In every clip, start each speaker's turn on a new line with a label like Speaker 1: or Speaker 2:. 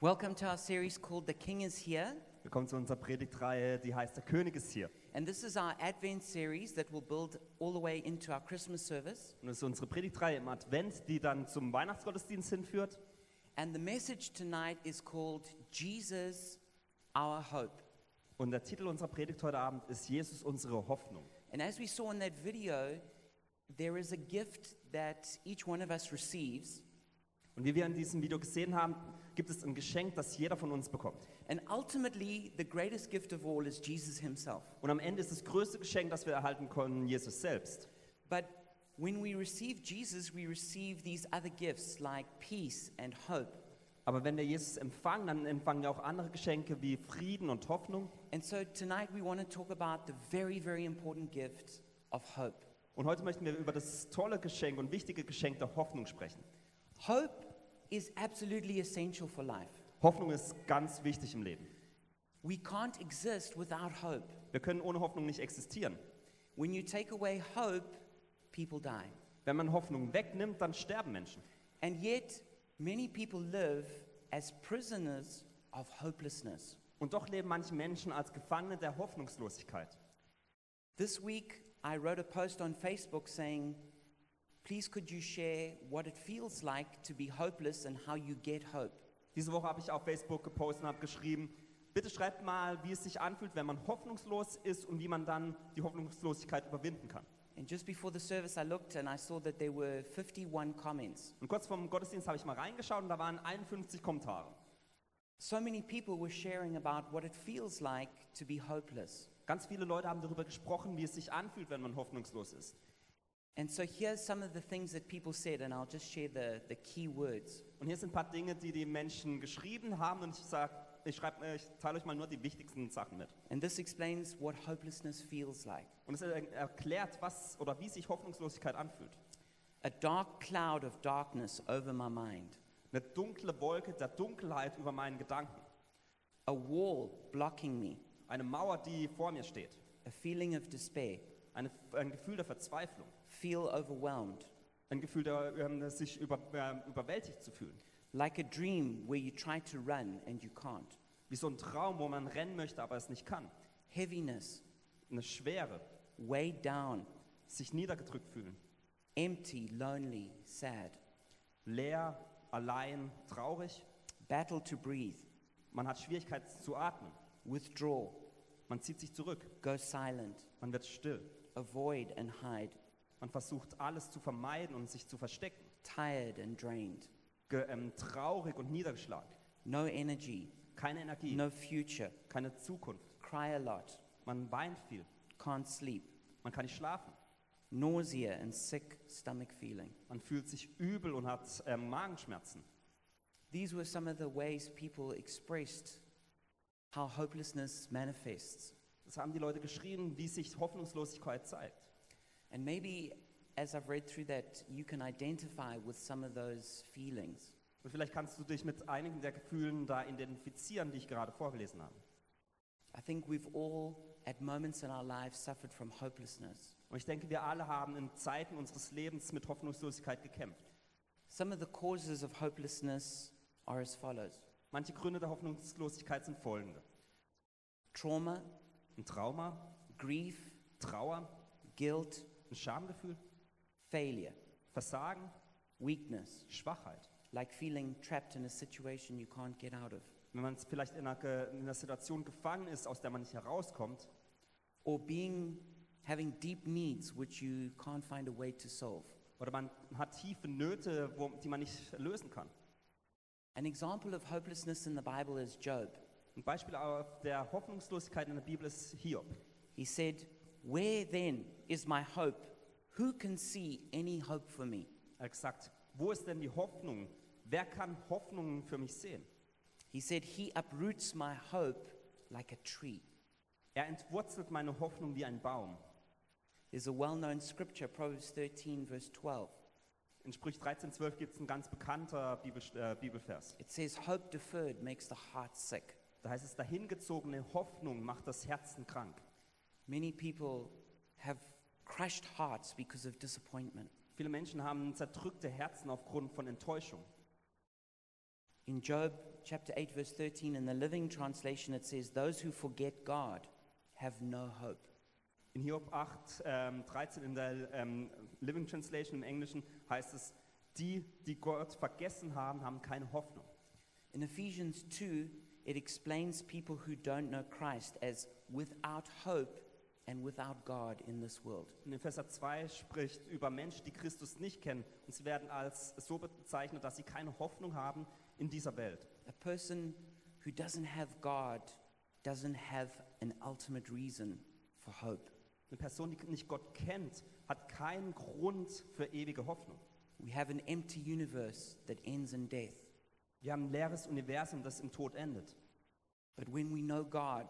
Speaker 1: Welcome to our series called The King is Here.
Speaker 2: Willkommen zu unserer Predigtreihe, die heißt Der König ist hier.
Speaker 1: And this is our Advent series that will build all the way into our Christmas service.
Speaker 2: Und es ist unsere Predigtreihe im Advent, die dann zum Weihnachtsgottesdienst hinführt.
Speaker 1: And the message tonight is called Jesus, Our Hope.
Speaker 2: Und der Titel unserer Predigt heute Abend ist Jesus unsere Hoffnung.
Speaker 1: And as we saw in that video, there is a gift that each one of us receives.
Speaker 2: Und wie wir in diesem Video gesehen haben, gibt es ein Geschenk, das jeder von uns bekommt.
Speaker 1: And ultimately, the greatest gift of all is Jesus Himself.
Speaker 2: Und am Ende ist das größte Geschenk, das wir erhalten können, Jesus selbst.
Speaker 1: But when we receive Jesus, we receive these other gifts like peace and hope.
Speaker 2: Aber wenn wir Jesus empfangen, dann empfangen wir auch andere Geschenke wie Frieden und Hoffnung.
Speaker 1: And so tonight we want to talk about the very, very important gift of hope.
Speaker 2: Und heute möchten wir über das tolle Geschenk und wichtige Geschenk der Hoffnung sprechen.
Speaker 1: Hope is absolutely essential for life.
Speaker 2: Hoffnung ist ganz wichtig im Leben.
Speaker 1: We can't exist without hope.
Speaker 2: Wir können ohne Hoffnung nicht existieren.
Speaker 1: When you take away hope, people die.
Speaker 2: Wenn man Hoffnung wegnimmt, dann sterben Menschen.
Speaker 1: And yet, many people live as prisoners of hopelessness.
Speaker 2: Und doch leben manche Menschen als Gefangene der Hoffnungslosigkeit.
Speaker 1: This week, I wrote a post on Facebook saying, Please could you share what it feels like to be hopeless and how you get hope?
Speaker 2: Diese Woche habe ich auf Facebook gepostet und habe geschrieben, bitte schreibt mal, wie es sich anfühlt, wenn man hoffnungslos ist und wie man dann die Hoffnungslosigkeit überwinden kann.
Speaker 1: And just before the service, I looked and I saw that there were 51 comments.
Speaker 2: Und kurz vor dem Gottesdienst habe ich mal reingeschaut und da waren 51 Kommentare.
Speaker 1: So many people were sharing about what it feels like to be hopeless.
Speaker 2: Ganz viele Leute haben darüber gesprochen, wie es sich anfühlt, wenn man hoffnungslos ist.
Speaker 1: And so here's some of the things that people said, and I'll just share the, the key words.
Speaker 2: Und hier sind ein paar Dinge, die die Menschen geschrieben haben und ich sage, ich, schreibe- äh, ich teile euch mal nur die wichtigsten Sachen mit.
Speaker 1: And this explains what hopelessness feels like.
Speaker 2: Und es er- erklärt, was oder wie sich Hoffnungslosigkeit anfühlt.
Speaker 1: A dark cloud of darkness over my mind,
Speaker 2: Eine dunkle Wolke der Dunkelheit über meinen Gedanken.
Speaker 1: a wall blocking me,
Speaker 2: Eine Mauer, die vor mir steht.
Speaker 1: a feeling of despair,
Speaker 2: Eine, ein Gefühl der Verzweiflung.
Speaker 1: feel overwhelmed,
Speaker 2: Ein Gefühl, der, ähm, das sich über, ähm, überwältigt zu fühlen.
Speaker 1: like a dream where you try to run and you can't,
Speaker 2: Wie so ein Traum, wo man rennen möchte, aber es nicht kann.
Speaker 1: heaviness,
Speaker 2: Eine Schwere.
Speaker 1: weighed down,
Speaker 2: Sich niedergedrückt fühlen.
Speaker 1: empty, lonely, sad,
Speaker 2: Leer, allein, traurig.
Speaker 1: battle to breathe,
Speaker 2: Man hat Schwierigkeiten zu atmen.
Speaker 1: withdraw,
Speaker 2: Man zieht sich zurück.
Speaker 1: go silent,
Speaker 2: Man wird still.
Speaker 1: avoid and hide,
Speaker 2: Man versucht alles zu vermeiden und sich zu verstecken.
Speaker 1: tired and drained,
Speaker 2: Ge ähm, traurig und niedergeschlagen.
Speaker 1: no energy,
Speaker 2: Keine Energie.
Speaker 1: no future,
Speaker 2: keine Zukunft.
Speaker 1: cry a lot,
Speaker 2: Man weint viel,
Speaker 1: can't sleep,
Speaker 2: man kann nicht schlafen,
Speaker 1: nausea and sick stomach feeling.
Speaker 2: man fühlt sich übel und hat ähm, Magenschmerzen.
Speaker 1: These were some of the ways people expressed how hopelessness manifests.
Speaker 2: Das haben die Leute geschrieben, wie sich Hoffnungslosigkeit zeigt.
Speaker 1: And maybe as I've read through that, you can identify with some of those feelings.
Speaker 2: Und vielleicht kannst du dich mit einigen der Gefühlen da identifizieren, die ich gerade vorgelesen habe.
Speaker 1: I think we've all, at moments in our lives, suffered from hopelessness.
Speaker 2: Und ich denke, wir alle haben in Zeiten unseres Lebens mit Hoffnungslosigkeit gekämpft.
Speaker 1: Some of the causes of hopelessness are as follows
Speaker 2: Manche Gründe der Hoffnungslosigkeit sind folgende.
Speaker 1: trauma,
Speaker 2: Ein Trauma,
Speaker 1: grief,
Speaker 2: Trauer,
Speaker 1: guilt,
Speaker 2: ein Schamgefühl,
Speaker 1: failure,
Speaker 2: Versagen,
Speaker 1: weakness,
Speaker 2: Schwachheit.
Speaker 1: like feeling trapped in a situation you can't get out of,
Speaker 2: Wenn man vielleicht in einer, Ge- in einer Situation gefangen ist, aus der man nicht herauskommt,
Speaker 1: or being having deep needs which you can't find a way to solve.
Speaker 2: Oder man hat tiefe Nöte, wo, die man nicht lösen kann.
Speaker 1: An example of hopelessness in the Bible is Job.
Speaker 2: Ein Beispiel auf der Hoffnungslosigkeit in der Bibel ist Hiob.
Speaker 1: He said, Where then is my hope? Who can see any hope for me?
Speaker 2: Er hat gesagt, wo ist denn die Hoffnung? Wer kann Hoffnungen für mich sehen?
Speaker 1: He said, He uproots my hope like a tree.
Speaker 2: Er entwurzelt meine Hoffnung wie ein Baum.
Speaker 1: There's a well known scripture, Proverbs 13, verse 12.
Speaker 2: In Sprüch 13,12 gibt es ein ganz bekannter Bibel, äh, Bibelvers.
Speaker 1: It says, Hope deferred makes the heart sick.
Speaker 2: Da heißt es, dahingezogene Hoffnung macht das Herzen krank.
Speaker 1: Many people have crushed hearts because of disappointment.
Speaker 2: Viele Menschen haben zerdrückte Herzen aufgrund von Enttäuschung.
Speaker 1: In Job chapter 8, verse 13, in the Living Translation, it says, Those who forget God have no hope.
Speaker 2: In Hiob 8, ähm, 13 in der ähm, Living Translation im Englischen heißt es, die, die Gott vergessen haben, haben keine Hoffnung.
Speaker 1: In Ephesians 2, it explains people who don't know Christ as without hope and without God in this world.
Speaker 2: In Epheser 2 spricht über Menschen, die Christus nicht kennen und sie werden als so bezeichnet, dass sie keine Hoffnung haben in dieser Welt.
Speaker 1: A person who doesn't have God doesn't have an ultimate reason for hope.
Speaker 2: Eine Person, die nicht Gott kennt, hat keinen Grund für ewige Hoffnung.
Speaker 1: We have an empty universe that ends in death.
Speaker 2: Wir haben ein leeres Universum, das im Tod endet.
Speaker 1: But when we know God,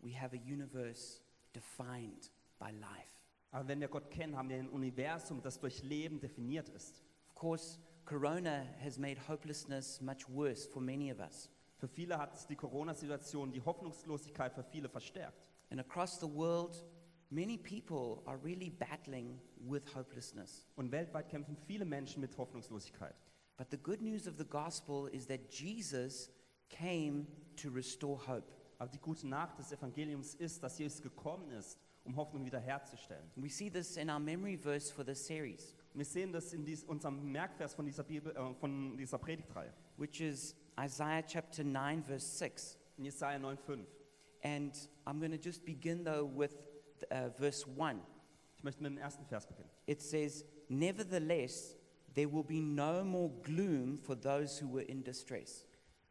Speaker 1: we have a universe defined by life.
Speaker 2: Aber wenn wir Gott kennen, haben wir ein Universum, das durch Leben definiert ist.
Speaker 1: Of course, Corona has made hopelessness much worse for many of us.
Speaker 2: Für viele hat die Corona-Situation die Hoffnungslosigkeit für viele verstärkt.
Speaker 1: And across the world, many people are really battling with hopelessness.
Speaker 2: Und weltweit kämpfen viele Menschen mit Hoffnungslosigkeit.
Speaker 1: But the good news of the gospel is that Jesus came to restore hope.
Speaker 2: Aber die gute Nacht des Evangeliums ist, dass Jesus gekommen ist, um Hoffnung wiederherzustellen.
Speaker 1: We see this in our memory verse for this series,
Speaker 2: Und wir sehen das in dies, unserem Merkvers von dieser, Bibel, äh, von dieser Predigtreihe.
Speaker 1: which is Isaiah chapter 9, verse 6.
Speaker 2: In Jesaja 9,5.
Speaker 1: And I'm going to just begin though with uh, verse 1.
Speaker 2: Ich möchte mit dem ersten Vers beginnen.
Speaker 1: It says, Nevertheless, there will be no more gloom for those who were in distress.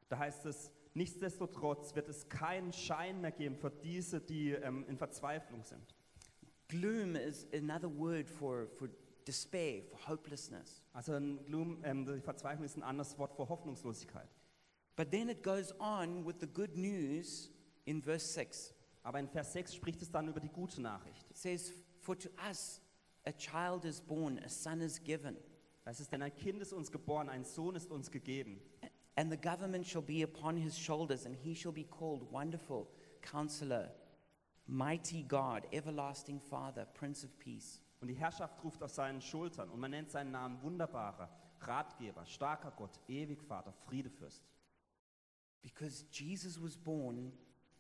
Speaker 2: Da heißt es, nichtsdestotrotz wird es keinen Schein mehr geben für diese, die ähm, in Verzweiflung sind.
Speaker 1: Gloom is another word for, for despair, for hopelessness.
Speaker 2: Also ein Gloom, ähm, die Verzweiflung ist ein anderes Wort für Hoffnungslosigkeit.
Speaker 1: But then it goes on with the good news in verse 6.
Speaker 2: Aber in Vers 6 spricht es dann über die gute Nachricht.
Speaker 1: It says, For to us a child is born, a son is given,
Speaker 2: Es ist denn ein Kind ist uns geboren, ein Sohn ist uns gegeben.
Speaker 1: and the government shall be upon his shoulders, and he shall be called Wonderful Counselor, Mighty God, Everlasting Father, Prince of Peace.
Speaker 2: Und die Herrschaft ruft auf seinen Schultern und man nennt seinen Namen wunderbarer, Ratgeber, starker Gott, Ewigvater, Friedefürst.
Speaker 1: Because Jesus was born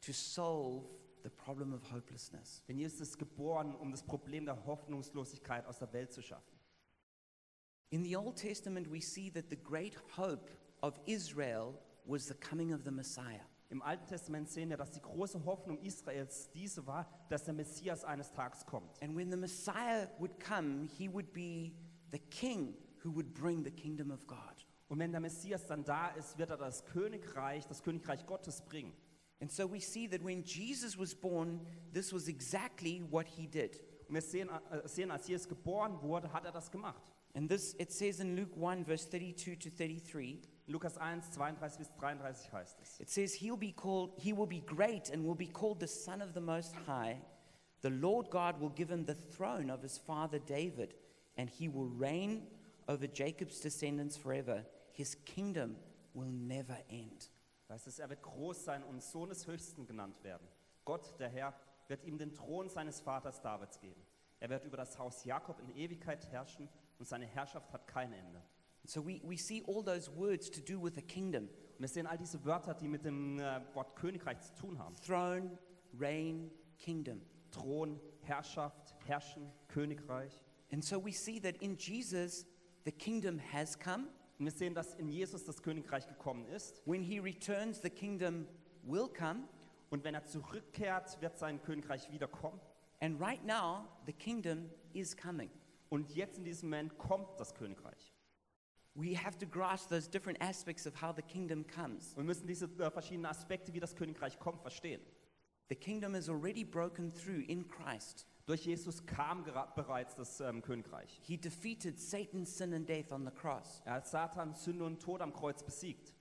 Speaker 1: to solve the problem of hopelessness.
Speaker 2: Denn Jesus ist geboren, um das Problem der Hoffnungslosigkeit aus der Welt zu schaffen.
Speaker 1: In the Old Testament, we see that the great hope of Israel was the coming of the Messiah.
Speaker 2: Im Alten Testament sehen wir, dass die große Hoffnung Israels diese war, dass der Messias eines Tages kommt.
Speaker 1: And when the Messiah would come, he would be the king who would bring the kingdom of God.
Speaker 2: Und wenn der Messias dann da ist, wird er das Königreich, das Königreich Gottes bringen.
Speaker 1: And so we see that when Jesus was born, this was exactly what he did.
Speaker 2: Und wir sehen, äh, sehen, als Jesus geboren wurde, hat er das gemacht.
Speaker 1: And this, it says in Luke 1, verse 32 to 33,
Speaker 2: In Lukas 1, 32 bis 33 heißt es.
Speaker 1: it says, He'll be called, He will be great and will be called the Son of the Most High. The Lord God will give him the throne of his father David, and he will reign over Jacob's descendants forever. His kingdom will never end.
Speaker 2: Da heißt es, er wird groß sein und Sohn des Höchsten genannt werden. Gott, der Herr, wird ihm den Thron seines Vaters Davids geben. Er wird über das Haus Jakob in Ewigkeit herrschen und seine Herrschaft hat kein Ende.
Speaker 1: So we, we see all those words to do with a kingdom
Speaker 2: Und wir sehen all diese Wörter, die mit dem äh, Wort Königreich zu tun haben.
Speaker 1: throne, reign, kingdom.
Speaker 2: Thron, Herrschaft, Herrschen, Königreich.
Speaker 1: And so we see that in Jesus, the kingdom has come.
Speaker 2: Und wir sehen, dass in Jesus das Königreich gekommen ist.
Speaker 1: When he returns, the kingdom will come.
Speaker 2: Und wenn er zurückkehrt, wird sein Königreich wiederkommen.
Speaker 1: And right now, the kingdom is coming.
Speaker 2: Und jetzt in diesem Moment kommt das Königreich.
Speaker 1: We have to grasp those different aspects of how the kingdom comes.
Speaker 2: Wir müssen diese äh, verschiedenen Aspekte, wie das Königreich kommt, verstehen.
Speaker 1: The kingdom is already broken through in Christ.
Speaker 2: Durch Jesus kam gera- bereits das ähm, Königreich.
Speaker 1: He defeated Satan, sin, and death on the cross.
Speaker 2: Er hat Satan, Sünde und Tod am Kreuz besiegt.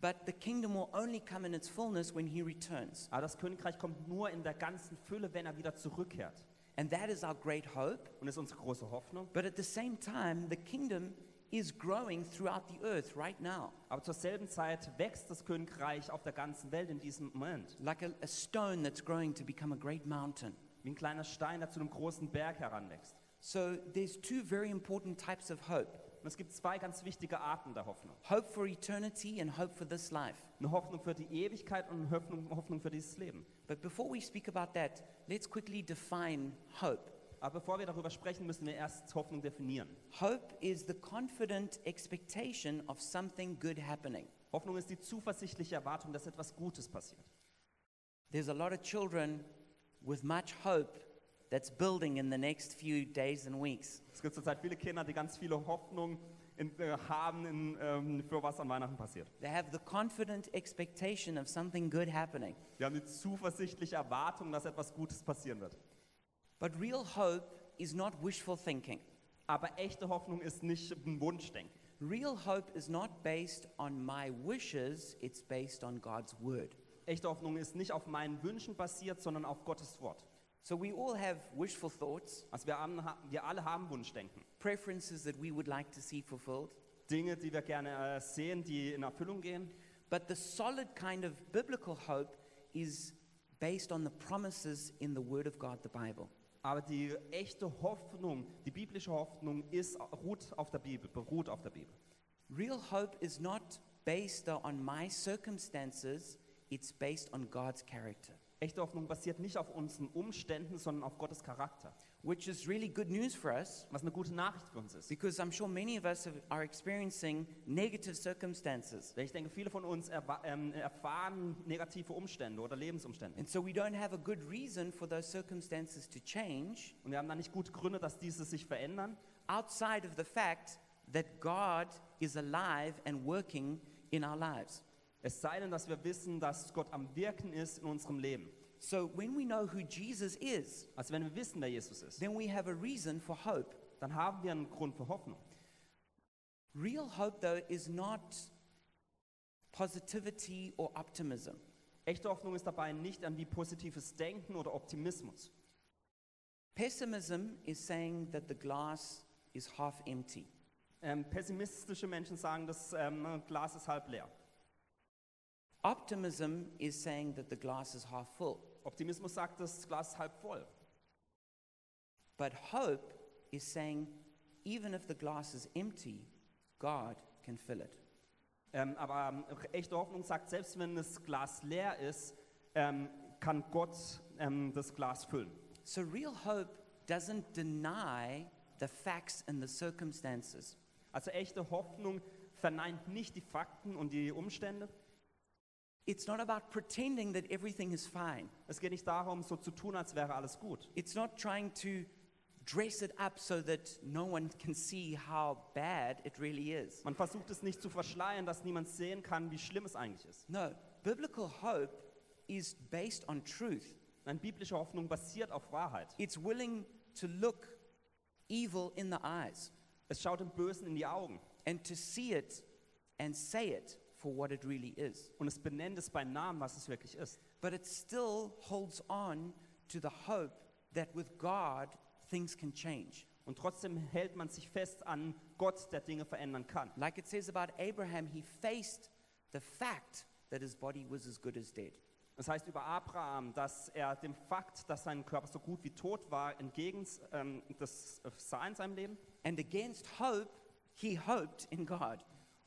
Speaker 1: But the kingdom will only come in its fullness when he returns.
Speaker 2: Aber das Königreich kommt nur in der ganzen Fülle, wenn er wieder zurückkehrt.
Speaker 1: And that is our great hope.
Speaker 2: Und ist unsere große Hoffnung.
Speaker 1: But at the same time, the kingdom is growing throughout the earth right now,
Speaker 2: Aber zur selben Zeit wächst das Königreich auf der ganzen Welt in diesem Moment.
Speaker 1: like a, a stone that's growing to become a great mountain.
Speaker 2: Wie ein kleiner Stein, der zu einem großen Berg heranwächst.
Speaker 1: So there's two very important types of hope
Speaker 2: Und es gibt zwei ganz wichtige Arten der Hoffnung.
Speaker 1: hope for eternity and hope for this life.
Speaker 2: Eine Hoffnung für die Ewigkeit und eine Hoffnung, Hoffnung für dieses Leben.
Speaker 1: But before we speak about that, let's quickly define hope.
Speaker 2: Aber bevor wir darüber sprechen, müssen wir erst Hoffnung definieren.
Speaker 1: Hope is the confident expectation of something good happening.
Speaker 2: Hoffnung ist die zuversichtliche Erwartung, dass etwas Gutes passiert.
Speaker 1: There's a lot of children with much hope that's building in the next few days and weeks.
Speaker 2: Es gibt zurzeit viele Kinder, die ganz viele Hoffnung in, äh, haben, in, ähm, für was an Weihnachten passiert.
Speaker 1: They have the confident expectation of something good happening.
Speaker 2: Wir haben die zuversichtliche Erwartung, dass etwas Gutes passieren wird.
Speaker 1: But real hope is not wishful thinking.
Speaker 2: Aber echte Hoffnung ist nicht ein Wunschdenken.
Speaker 1: Real hope is not based on my wishes, it's based on God's word.
Speaker 2: Echte Hoffnung ist nicht auf meinen Wünschen basiert, sondern auf Gottes Wort.
Speaker 1: So we all have wishful thoughts,
Speaker 2: Also wir, haben, wir alle haben Wunschdenken.
Speaker 1: preferences that we would like to see fulfilled.
Speaker 2: Dinge, die wir gerne äh, sehen, die in Erfüllung gehen.
Speaker 1: But the solid kind of biblical hope is based on the promises in the Word of God, the Bible.
Speaker 2: Aber die echte Hoffnung, die biblische Hoffnung, ist, ruht auf der Bibel, beruht auf der Bibel.
Speaker 1: Real hope is not based on my circumstances, it's based on God's character,
Speaker 2: Echte Hoffnung basiert nicht auf unseren Umständen, sondern auf Gottes Charakter.
Speaker 1: which is really good news for us
Speaker 2: Was eine gute Nachricht für uns ist.
Speaker 1: because I'm sure many of us have, are experiencing negative circumstances.
Speaker 2: Denn ich denke, viele von uns erwa- ähm, erfahren negative Umstände oder Lebensumstände.
Speaker 1: And so we don't have a good reason for those circumstances to change
Speaker 2: Und wir haben da nicht gute Gründe, dass diese sich verändern,
Speaker 1: outside of the fact that God is alive and working in our lives.
Speaker 2: es sei denn, dass wir wissen, dass Gott am Wirken ist in unserem Leben.
Speaker 1: So when we know who Jesus is,
Speaker 2: Also wenn wir wissen, wer Jesus ist,
Speaker 1: then we have a reason for hope.
Speaker 2: dann haben wir einen Grund für Hoffnung.
Speaker 1: Real hope, though, is not positivity or optimism.
Speaker 2: Echte Hoffnung ist dabei nicht an wie positives Denken oder Optimismus.
Speaker 1: Pessimism is saying that the glass is half empty.
Speaker 2: Ähm, pessimistische Menschen sagen, das ähm, Glas ist halb leer.
Speaker 1: Optimism is saying that the glass is half full.
Speaker 2: Optimismus sagt, das Glas ist halb voll.
Speaker 1: But hope is saying, even if the glass is empty, God can fill it.
Speaker 2: Ähm, aber ähm, echte Hoffnung sagt, selbst wenn das Glas leer ist, ähm, kann Gott ähm, das Glas füllen.
Speaker 1: So real hope doesn't deny the facts and the circumstances.
Speaker 2: Also echte Hoffnung verneint nicht die Fakten und die Umstände.
Speaker 1: It's not about pretending that everything is fine.
Speaker 2: Es geht nicht darum, so zu tun, als wäre alles gut.
Speaker 1: It's not trying to dress it up so that no one can see how bad it really is.
Speaker 2: Man versucht es nicht zu verschleiern, dass niemand sehen kann, wie schlimm es eigentlich ist.
Speaker 1: No, biblical hope is based on truth.
Speaker 2: Eine biblische Hoffnung basiert auf Wahrheit.
Speaker 1: It's willing to look evil in the eyes
Speaker 2: Es schaut dem Bösen in die Augen
Speaker 1: and to see it and say it for what it really is.
Speaker 2: und es benennt es beim Namen, was es wirklich ist.
Speaker 1: But it still holds on to the hope that with God things can change.
Speaker 2: Und trotzdem hält man sich fest an Gott, der Dinge verändern kann.
Speaker 1: Like it says about Abraham, he faced the fact that his body was as good as dead.
Speaker 2: Das heißt über Abraham, dass er dem Fakt, dass sein Körper so gut wie tot war, entgegen ähm, das sah in seinem Leben.
Speaker 1: And against hope, he hoped in God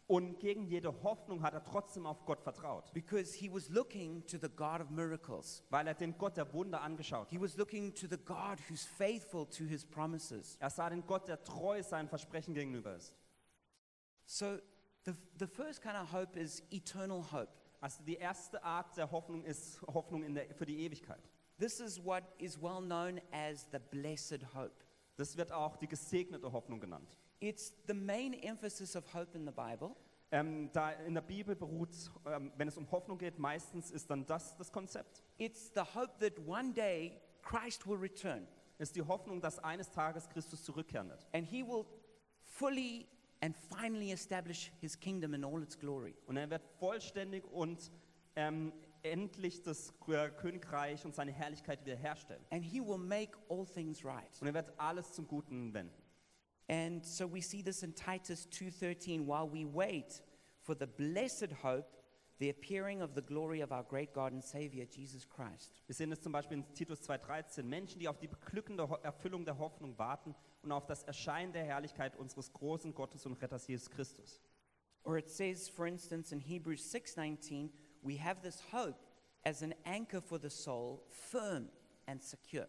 Speaker 2: Und gegen jede Hoffnung hat er trotzdem auf Gott vertraut,
Speaker 1: because he was looking to the God of miracles.
Speaker 2: weil er den Gott der Wunder angeschaut hat.
Speaker 1: He was looking to the God who's faithful to his promises.
Speaker 2: Er sah den Gott, der treu seinen Versprechen gegenüber ist.
Speaker 1: So the, the first kind of hope is eternal hope.
Speaker 2: Also die erste Art der Hoffnung ist Hoffnung in der, für die Ewigkeit.
Speaker 1: This is what is well known as the blessed hope.
Speaker 2: Das wird auch die gesegnete Hoffnung genannt.
Speaker 1: It's the main emphasis of hope in the Bible,
Speaker 2: Ähm, da in der Bibel beruht, ähm, wenn es um Hoffnung geht, meistens ist dann das das Konzept.
Speaker 1: it's the hope that one day Christ will return
Speaker 2: Ist die Hoffnung, dass eines Tages Christus zurückkehren wird
Speaker 1: and he will fully and finally establish his kingdom in all its glory.
Speaker 2: und er wird vollständig und ähm, endlich das K- Königreich und seine Herrlichkeit wiederherstellen.
Speaker 1: and he will make all things right.
Speaker 2: Und er wird alles zum Guten wenden.
Speaker 1: And so we see this in Titus 2:13 while we wait for the blessed hope the appearing of the glory of our great God and Savior Jesus Christ.
Speaker 2: Wir sehen es zum Beispiel in Titus 2,13. Menschen, die auf die beglückende Ho- Erfüllung der Hoffnung warten, und auf das Erscheinen der Herrlichkeit unseres großen Gottes und Retters Jesus Christus.
Speaker 1: Or it says, for instance, in Hebrews 6:19, we have this hope as an anchor for the soul, firm and secure.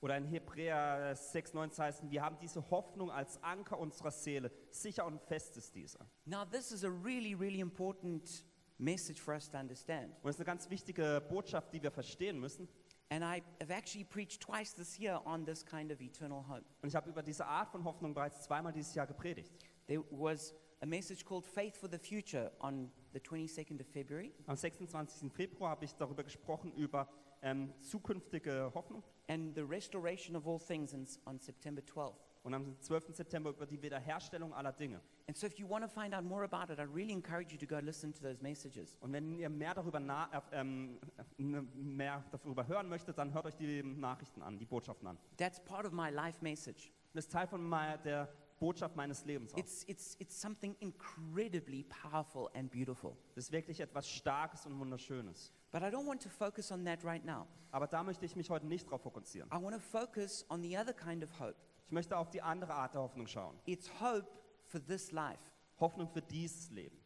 Speaker 2: Oder in Hebräer 6,19 heißt, wir haben diese Hoffnung als Anker unserer Seele. Sicher und fest ist dieser. Und
Speaker 1: Now, this is a really, really important message for us to understand.
Speaker 2: das ist eine ganz wichtige Botschaft, die wir verstehen müssen.
Speaker 1: And I have actually preached twice this year on this kind of eternal hope.
Speaker 2: Und ich habe über diese Art von Hoffnung bereits zweimal dieses Jahr gepredigt.
Speaker 1: There was a message called Faith for the Future on the 22nd of February,
Speaker 2: Am 26. Februar habe ich darüber gesprochen, über ähm, zukünftige Hoffnung.
Speaker 1: and the restoration of all things in, on September 12th.
Speaker 2: Und am 12. September über die Wiederherstellung aller Dinge.
Speaker 1: And so, if you want to find out more about it, I really encourage you to go listen to those messages.
Speaker 2: Und wenn ihr mehr darüber, na, äh, ähm, äh, mehr darüber hören möchtet, dann hört euch die Nachrichten an, die Botschaften an.
Speaker 1: That's part of my life message.
Speaker 2: Das ist Teil von mei- der Botschaft meines Lebens. Auch.
Speaker 1: It's, it's, it's something incredibly powerful and beautiful.
Speaker 2: Das ist wirklich etwas Starkes und Wunderschönes.
Speaker 1: But I don't want to focus on that right now.
Speaker 2: Aber da möchte ich mich heute nicht drauf fokussieren.
Speaker 1: I want to focus on the other kind of hope.
Speaker 2: Ich möchte auf die andere Art der Hoffnung schauen.
Speaker 1: It's hope for this life.
Speaker 2: Hoffnung für dieses Leben.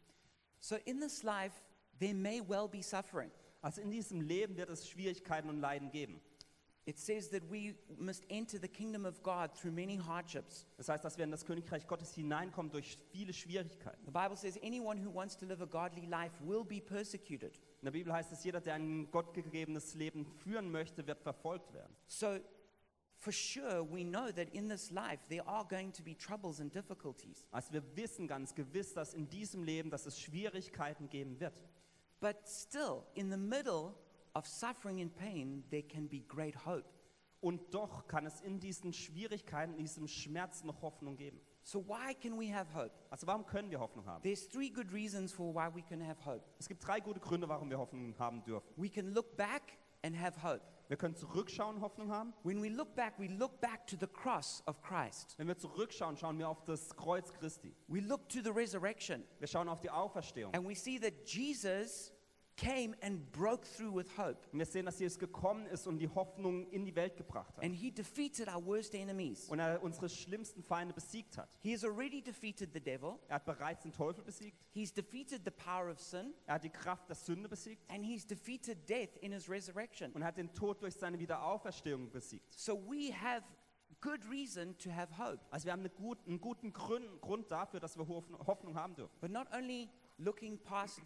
Speaker 1: So, in this life, there may well be suffering.
Speaker 2: Also in diesem Leben wird es Schwierigkeiten und Leiden geben.
Speaker 1: It says that we must enter the kingdom of God through many hardships.
Speaker 2: Das heißt, dass wir in das Königreich Gottes hineinkommen durch viele Schwierigkeiten.
Speaker 1: The Bible says anyone who wants to live a godly life will be persecuted.
Speaker 2: In der Bibel heißt es, jeder, der ein gottgegebenes Leben führen möchte, wird verfolgt werden.
Speaker 1: So, for sure, we know that in this life there are going to be troubles and difficulties.
Speaker 2: Also wir wissen ganz gewiss, dass in diesem Leben, dass es Schwierigkeiten geben wird.
Speaker 1: But still, in the middle of suffering and pain, there can be great hope.
Speaker 2: Und doch kann es in diesen Schwierigkeiten, in diesem Schmerz noch Hoffnung geben.
Speaker 1: So, why can we have hope?
Speaker 2: Also warum können wir Hoffnung haben?
Speaker 1: There's three good reasons for why we can have hope.
Speaker 2: Es gibt drei gute Gründe, warum wir Hoffnung haben dürfen.
Speaker 1: We can look back and have hope.
Speaker 2: Wir können zurückschauen, und Hoffnung haben.
Speaker 1: When we look back, we look back to the cross of Christ.
Speaker 2: Wenn wir zurückschauen, schauen wir auf das Kreuz Christi.
Speaker 1: We look to the resurrection
Speaker 2: Wir schauen auf die Auferstehung.
Speaker 1: and we see that Jesus came and broke through with hope
Speaker 2: Und wir sehen, dass Jesus gekommen ist und die Hoffnung in die Welt gebracht hat.
Speaker 1: and he defeated our worst enemies.
Speaker 2: Und er unsere schlimmsten Feinde besiegt hat.
Speaker 1: He has already defeated the devil,
Speaker 2: Er hat bereits den Teufel besiegt.
Speaker 1: he's defeated the power of sin,
Speaker 2: Er hat die Kraft der Sünde besiegt.
Speaker 1: and he's defeated death in his resurrection.
Speaker 2: Und er hat den Tod durch seine Wiederauferstehung besiegt.
Speaker 1: So we have good reason to have hope.
Speaker 2: Also wir haben eine gut, einen guten Grund, Grund dafür, dass wir Hoffnung Hoffnung haben dürfen.
Speaker 1: But not only looking past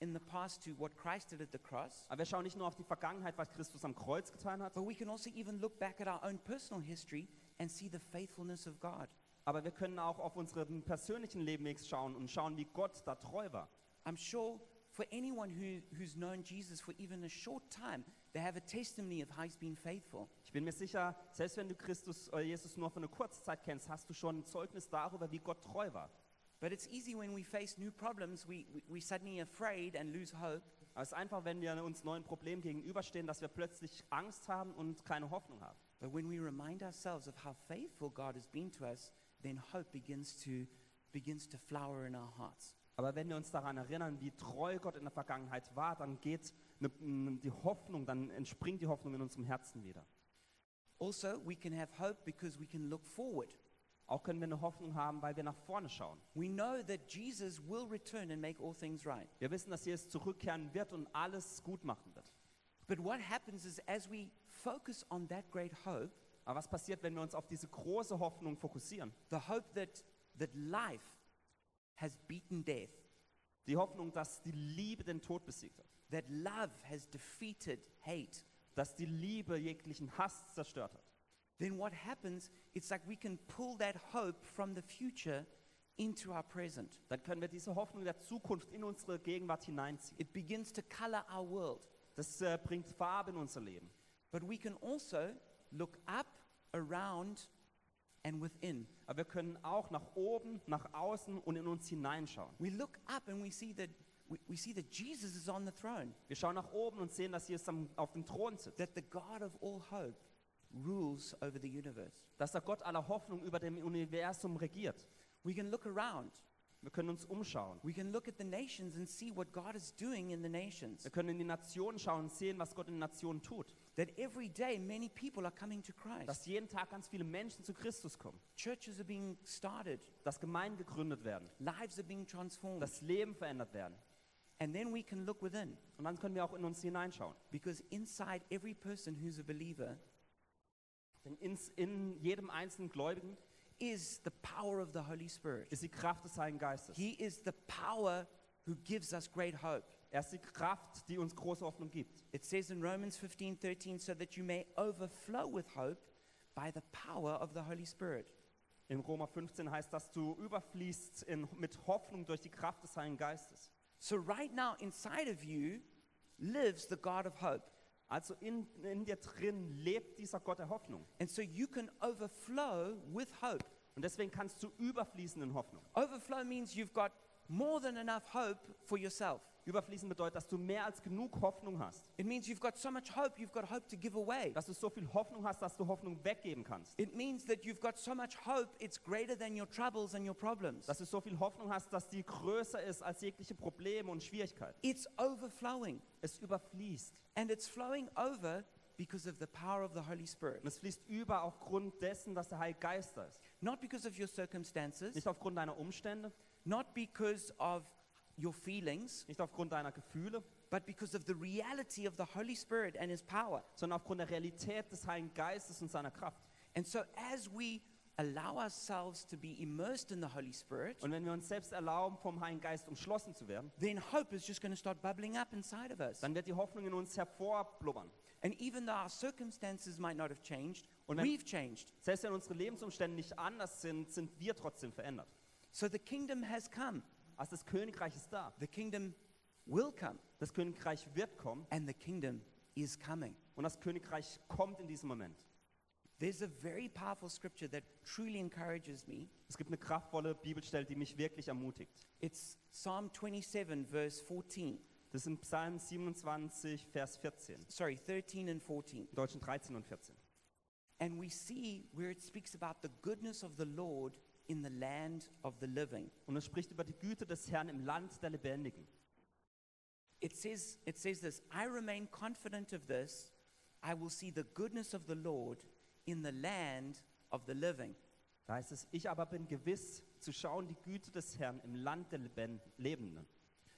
Speaker 1: in the past to what Christ did at the cross,
Speaker 2: Aber wir schauen nicht nur auf die Vergangenheit, was Christus am Kreuz getan hat,
Speaker 1: but we can also even look back at our own personal history and see the faithfulness of God.
Speaker 2: aber wir können auch auf unseren persönlichen Lebensweg schauen und schauen, wie Gott da treu war.
Speaker 1: I'm sure for anyone who, who's known Jesus for even a short time, they have a testimony of how he's been faithful.
Speaker 2: Ich bin mir sicher, selbst wenn du Christus, äh, Jesus nur für eine kurze Zeit kennst, hast du schon ein Zeugnis darüber, wie Gott treu war.
Speaker 1: But it's easy when we face new problems, we, we, we suddenly afraid and lose hope.
Speaker 2: Aber es ist einfach, wenn wir uns neuen Problemen gegenüberstehen, dass wir plötzlich Angst haben und keine Hoffnung haben.
Speaker 1: But when we remind ourselves of how faithful God has been to us, then hope begins to, begins to flower in our hearts.
Speaker 2: Aber wenn wir uns daran erinnern, wie treu Gott in der Vergangenheit war, dann geht ne- m, die Hoffnung, dann entspringt die Hoffnung in unserem Herzen wieder.
Speaker 1: Also, we can have hope because we can look forward.
Speaker 2: Auch können wir eine Hoffnung haben, weil wir nach vorne schauen.
Speaker 1: We know that Jesus will return and make all things right.
Speaker 2: Wir wissen, dass Jesus zurückkehren wird und alles gut machen wird.
Speaker 1: But what happens is, as we focus on that great hope,
Speaker 2: Aber was passiert, wenn wir uns auf diese große Hoffnung fokussieren?
Speaker 1: the hope that, that life has beaten death,
Speaker 2: Die Hoffnung, dass die Liebe den Tod besiegt hat.
Speaker 1: that love has defeated hate,
Speaker 2: Dass die Liebe jeglichen Hass zerstört hat.
Speaker 1: then what happens, it's like we can pull that hope from the future into our present.
Speaker 2: Dann können wir diese Hoffnung der Zukunft in unsere Gegenwart hineinziehen.
Speaker 1: It begins to color our world.
Speaker 2: Das äh, bringt Farbe in unser Leben.
Speaker 1: But we can also look up, around, and within.
Speaker 2: Aber wir können auch nach oben, nach außen und in uns hineinschauen.
Speaker 1: We look up and we see that, we, we see that Jesus is on the throne,
Speaker 2: Wir schauen nach oben und sehen, dass Jesus am, auf dem Thron sitzt.
Speaker 1: that the God of all hope rules over the universe.
Speaker 2: Dass der Gott aller Hoffnung über dem Universum regiert.
Speaker 1: We can look around.
Speaker 2: Wir können uns umschauen.
Speaker 1: We can look at the nations and see what God is doing in the nations.
Speaker 2: Wir können in die Nationen schauen und sehen, was Gott in den Nationen tut.
Speaker 1: that every day many people are coming to Christ.
Speaker 2: dass jeden Tag ganz viele Menschen zu Christus kommen,
Speaker 1: Churches are being started,
Speaker 2: dass Gemeinden gegründet werden,
Speaker 1: lives are being transformed.
Speaker 2: dass Leben verändert werden.
Speaker 1: And then we can look within
Speaker 2: Und dann können wir auch in uns hineinschauen.
Speaker 1: because inside every person who's a believer
Speaker 2: Denn ins, in jedem einzelnen Gläubigen
Speaker 1: is the power of the Holy Spirit.
Speaker 2: ist die Kraft des Heiligen Geistes.
Speaker 1: He is the power who gives us great hope.
Speaker 2: Er ist die Kraft, die uns große Hoffnung gibt.
Speaker 1: It says in Romans 15 13, so that you may overflow with hope by the power of the Holy Spirit.
Speaker 2: In Roma 15 heißt, dass du überfließt in, mit Hoffnung durch die Kraft des Heiligen Geistes.
Speaker 1: So, right now, inside of you lives the God of hope.
Speaker 2: Also in, in dir drin lebt dieser Gott der Hoffnung.
Speaker 1: And so you can overflow with hope.
Speaker 2: Und deswegen kannst du überfließen in Hoffnung.
Speaker 1: Overflow means you've got more than enough hope for yourself.
Speaker 2: Überfließen bedeutet, dass du mehr als genug Hoffnung hast.
Speaker 1: It means you've got so much hope, you've got hope to give away.
Speaker 2: Dass du so viel Hoffnung hast, dass du Hoffnung weggeben kannst.
Speaker 1: It means that you've got so much hope, it's greater than your troubles and your problems.
Speaker 2: Dass du so viel Hoffnung hast, dass die größer ist als jegliche Probleme und Schwierigkeiten.
Speaker 1: It's overflowing,
Speaker 2: Es überfließt.
Speaker 1: and it's flowing over because of the power of the Holy Spirit.
Speaker 2: Und es fließt über aufgrund dessen, dass der Heilige Geist da ist.
Speaker 1: Not because of your circumstances,
Speaker 2: Nicht aufgrund deiner Umstände,
Speaker 1: not because of your feelings,
Speaker 2: nicht aufgrund deiner Gefühle,
Speaker 1: but because of the reality of the Holy Spirit and His power.
Speaker 2: sondern aufgrund der Realität des Heiligen Geistes und seiner Kraft.
Speaker 1: And so, as we allow ourselves to be immersed in the Holy Spirit,
Speaker 2: Und wenn wir uns selbst erlauben, vom Heiligen Geist umschlossen zu werden,
Speaker 1: then hope is just going to start bubbling up inside of us.
Speaker 2: dann wird die Hoffnung in uns hervorblubbern.
Speaker 1: And even though our circumstances might not have changed,
Speaker 2: Und wenn-
Speaker 1: we've changed.
Speaker 2: Selbst wenn unsere Lebensumstände nicht anders sind, sind wir trotzdem verändert.
Speaker 1: So the kingdom has come.
Speaker 2: Also das Königreich ist da.
Speaker 1: The kingdom will come.
Speaker 2: Das Königreich wird kommen
Speaker 1: And the kingdom is coming.
Speaker 2: und das Königreich kommt in diesem Moment.
Speaker 1: There's a very powerful scripture that truly encourages me.
Speaker 2: Es gibt eine kraftvolle Bibelstelle, die mich wirklich ermutigt.
Speaker 1: It's Psalm 27, verse 14.
Speaker 2: Das ist in Psalm 27, Vers 14,
Speaker 1: Sorry, 13 and 14.
Speaker 2: im Deutschen 13 und 14.
Speaker 1: And we see where it speaks about the goodness of the Lord in the land of the living.
Speaker 2: Und es spricht über die Güte des Herrn im Land der Lebendigen.
Speaker 1: It says, it says this I remain confident of this. I will see the goodness of the Lord in the land of the living.
Speaker 2: Da heißt es, ich aber bin gewiss, zu schauen die Güte des Herrn im Land der Leben Lebenden.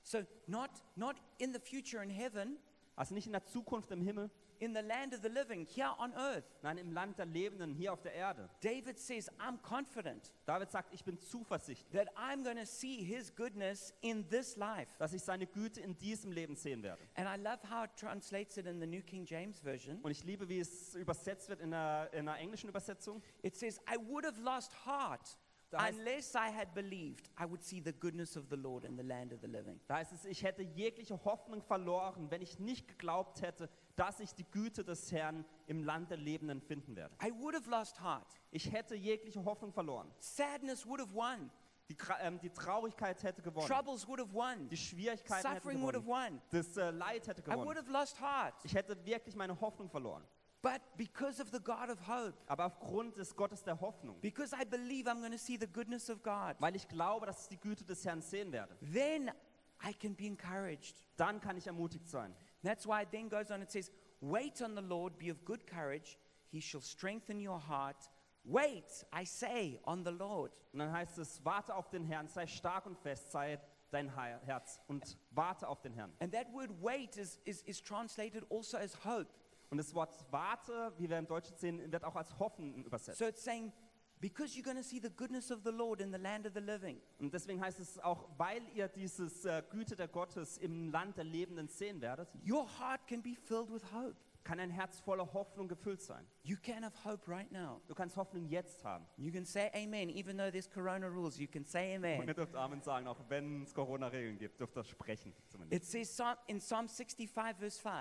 Speaker 1: So, not, not in the future in heaven,
Speaker 2: Also nicht in der Zukunft im Himmel,
Speaker 1: in the land of the living, here on earth.
Speaker 2: nein, im Land der Lebenden, hier auf der Erde.
Speaker 1: David says, I'm confident
Speaker 2: David sagt, ich bin zuversichtlich,
Speaker 1: that I'm going to see his goodness in this life.
Speaker 2: dass ich seine Güte in diesem Leben sehen werde.
Speaker 1: And I love how it translates it in the New King James Version.
Speaker 2: Und ich liebe, wie es übersetzt wird in der, in der englischen Übersetzung.
Speaker 1: It says, I would have lost heart
Speaker 2: Da heißt-
Speaker 1: unless I had believed I would see the goodness of the Lord in the land of the living.
Speaker 2: Da heißt es, ich hätte jegliche Hoffnung verloren, wenn ich nicht geglaubt hätte, dass ich die Güte des Herrn im Land der Lebenden finden werde.
Speaker 1: I would have lost heart.
Speaker 2: Ich hätte jegliche Hoffnung verloren.
Speaker 1: Sadness would have won.
Speaker 2: Die, Gra- ähm, die Traurigkeit hätte gewonnen.
Speaker 1: Troubles would have won.
Speaker 2: Die Schwierigkeiten hätten
Speaker 1: Suffering would have
Speaker 2: gewonnen.
Speaker 1: won.
Speaker 2: Das äh, Leid hätte
Speaker 1: I would
Speaker 2: gewonnen.
Speaker 1: have lost heart.
Speaker 2: Ich hätte wirklich meine Hoffnung verloren.
Speaker 1: But because of the God of hope,
Speaker 2: Aber aufgrund des Gottes der Hoffnung,
Speaker 1: because I believe I'm going to see the goodness of God,
Speaker 2: weil ich glaube, dass ich die Güte des Herrn sehen werde,
Speaker 1: then I can be encouraged.
Speaker 2: dann kann ich ermutigt sein.
Speaker 1: That's why it then goes on and says, Wait on the Lord, be of good courage, he shall strengthen your heart. Wait, I say, on the Lord.
Speaker 2: Und dann heißt es, warte auf den Herrn, sei stark und fest, sei dein He- Herz und warte auf den Herrn.
Speaker 1: And that word wait is, is, is translated also as hope.
Speaker 2: Und das Wort warte, wie wir im Deutschen sehen, wird auch als hoffen übersetzt.
Speaker 1: So it's saying, because you're going to see the goodness of the Lord in the land of the living,
Speaker 2: Und deswegen heißt es auch, weil ihr dieses äh, Güte der Gottes im Land der Lebenden sehen werdet,
Speaker 1: your heart can be filled with hope.
Speaker 2: kann ein Herz voller Hoffnung gefüllt sein.
Speaker 1: You can have hope right now.
Speaker 2: Du kannst Hoffnung jetzt haben.
Speaker 1: You can say amen, even though there's corona rules, you can say
Speaker 2: Und ihr
Speaker 1: amen.
Speaker 2: dürft Amen sagen, auch wenn es Corona-Regeln gibt, dürft ihr sprechen zumindest.
Speaker 1: It says Psalm- in Psalm 65, verse 5,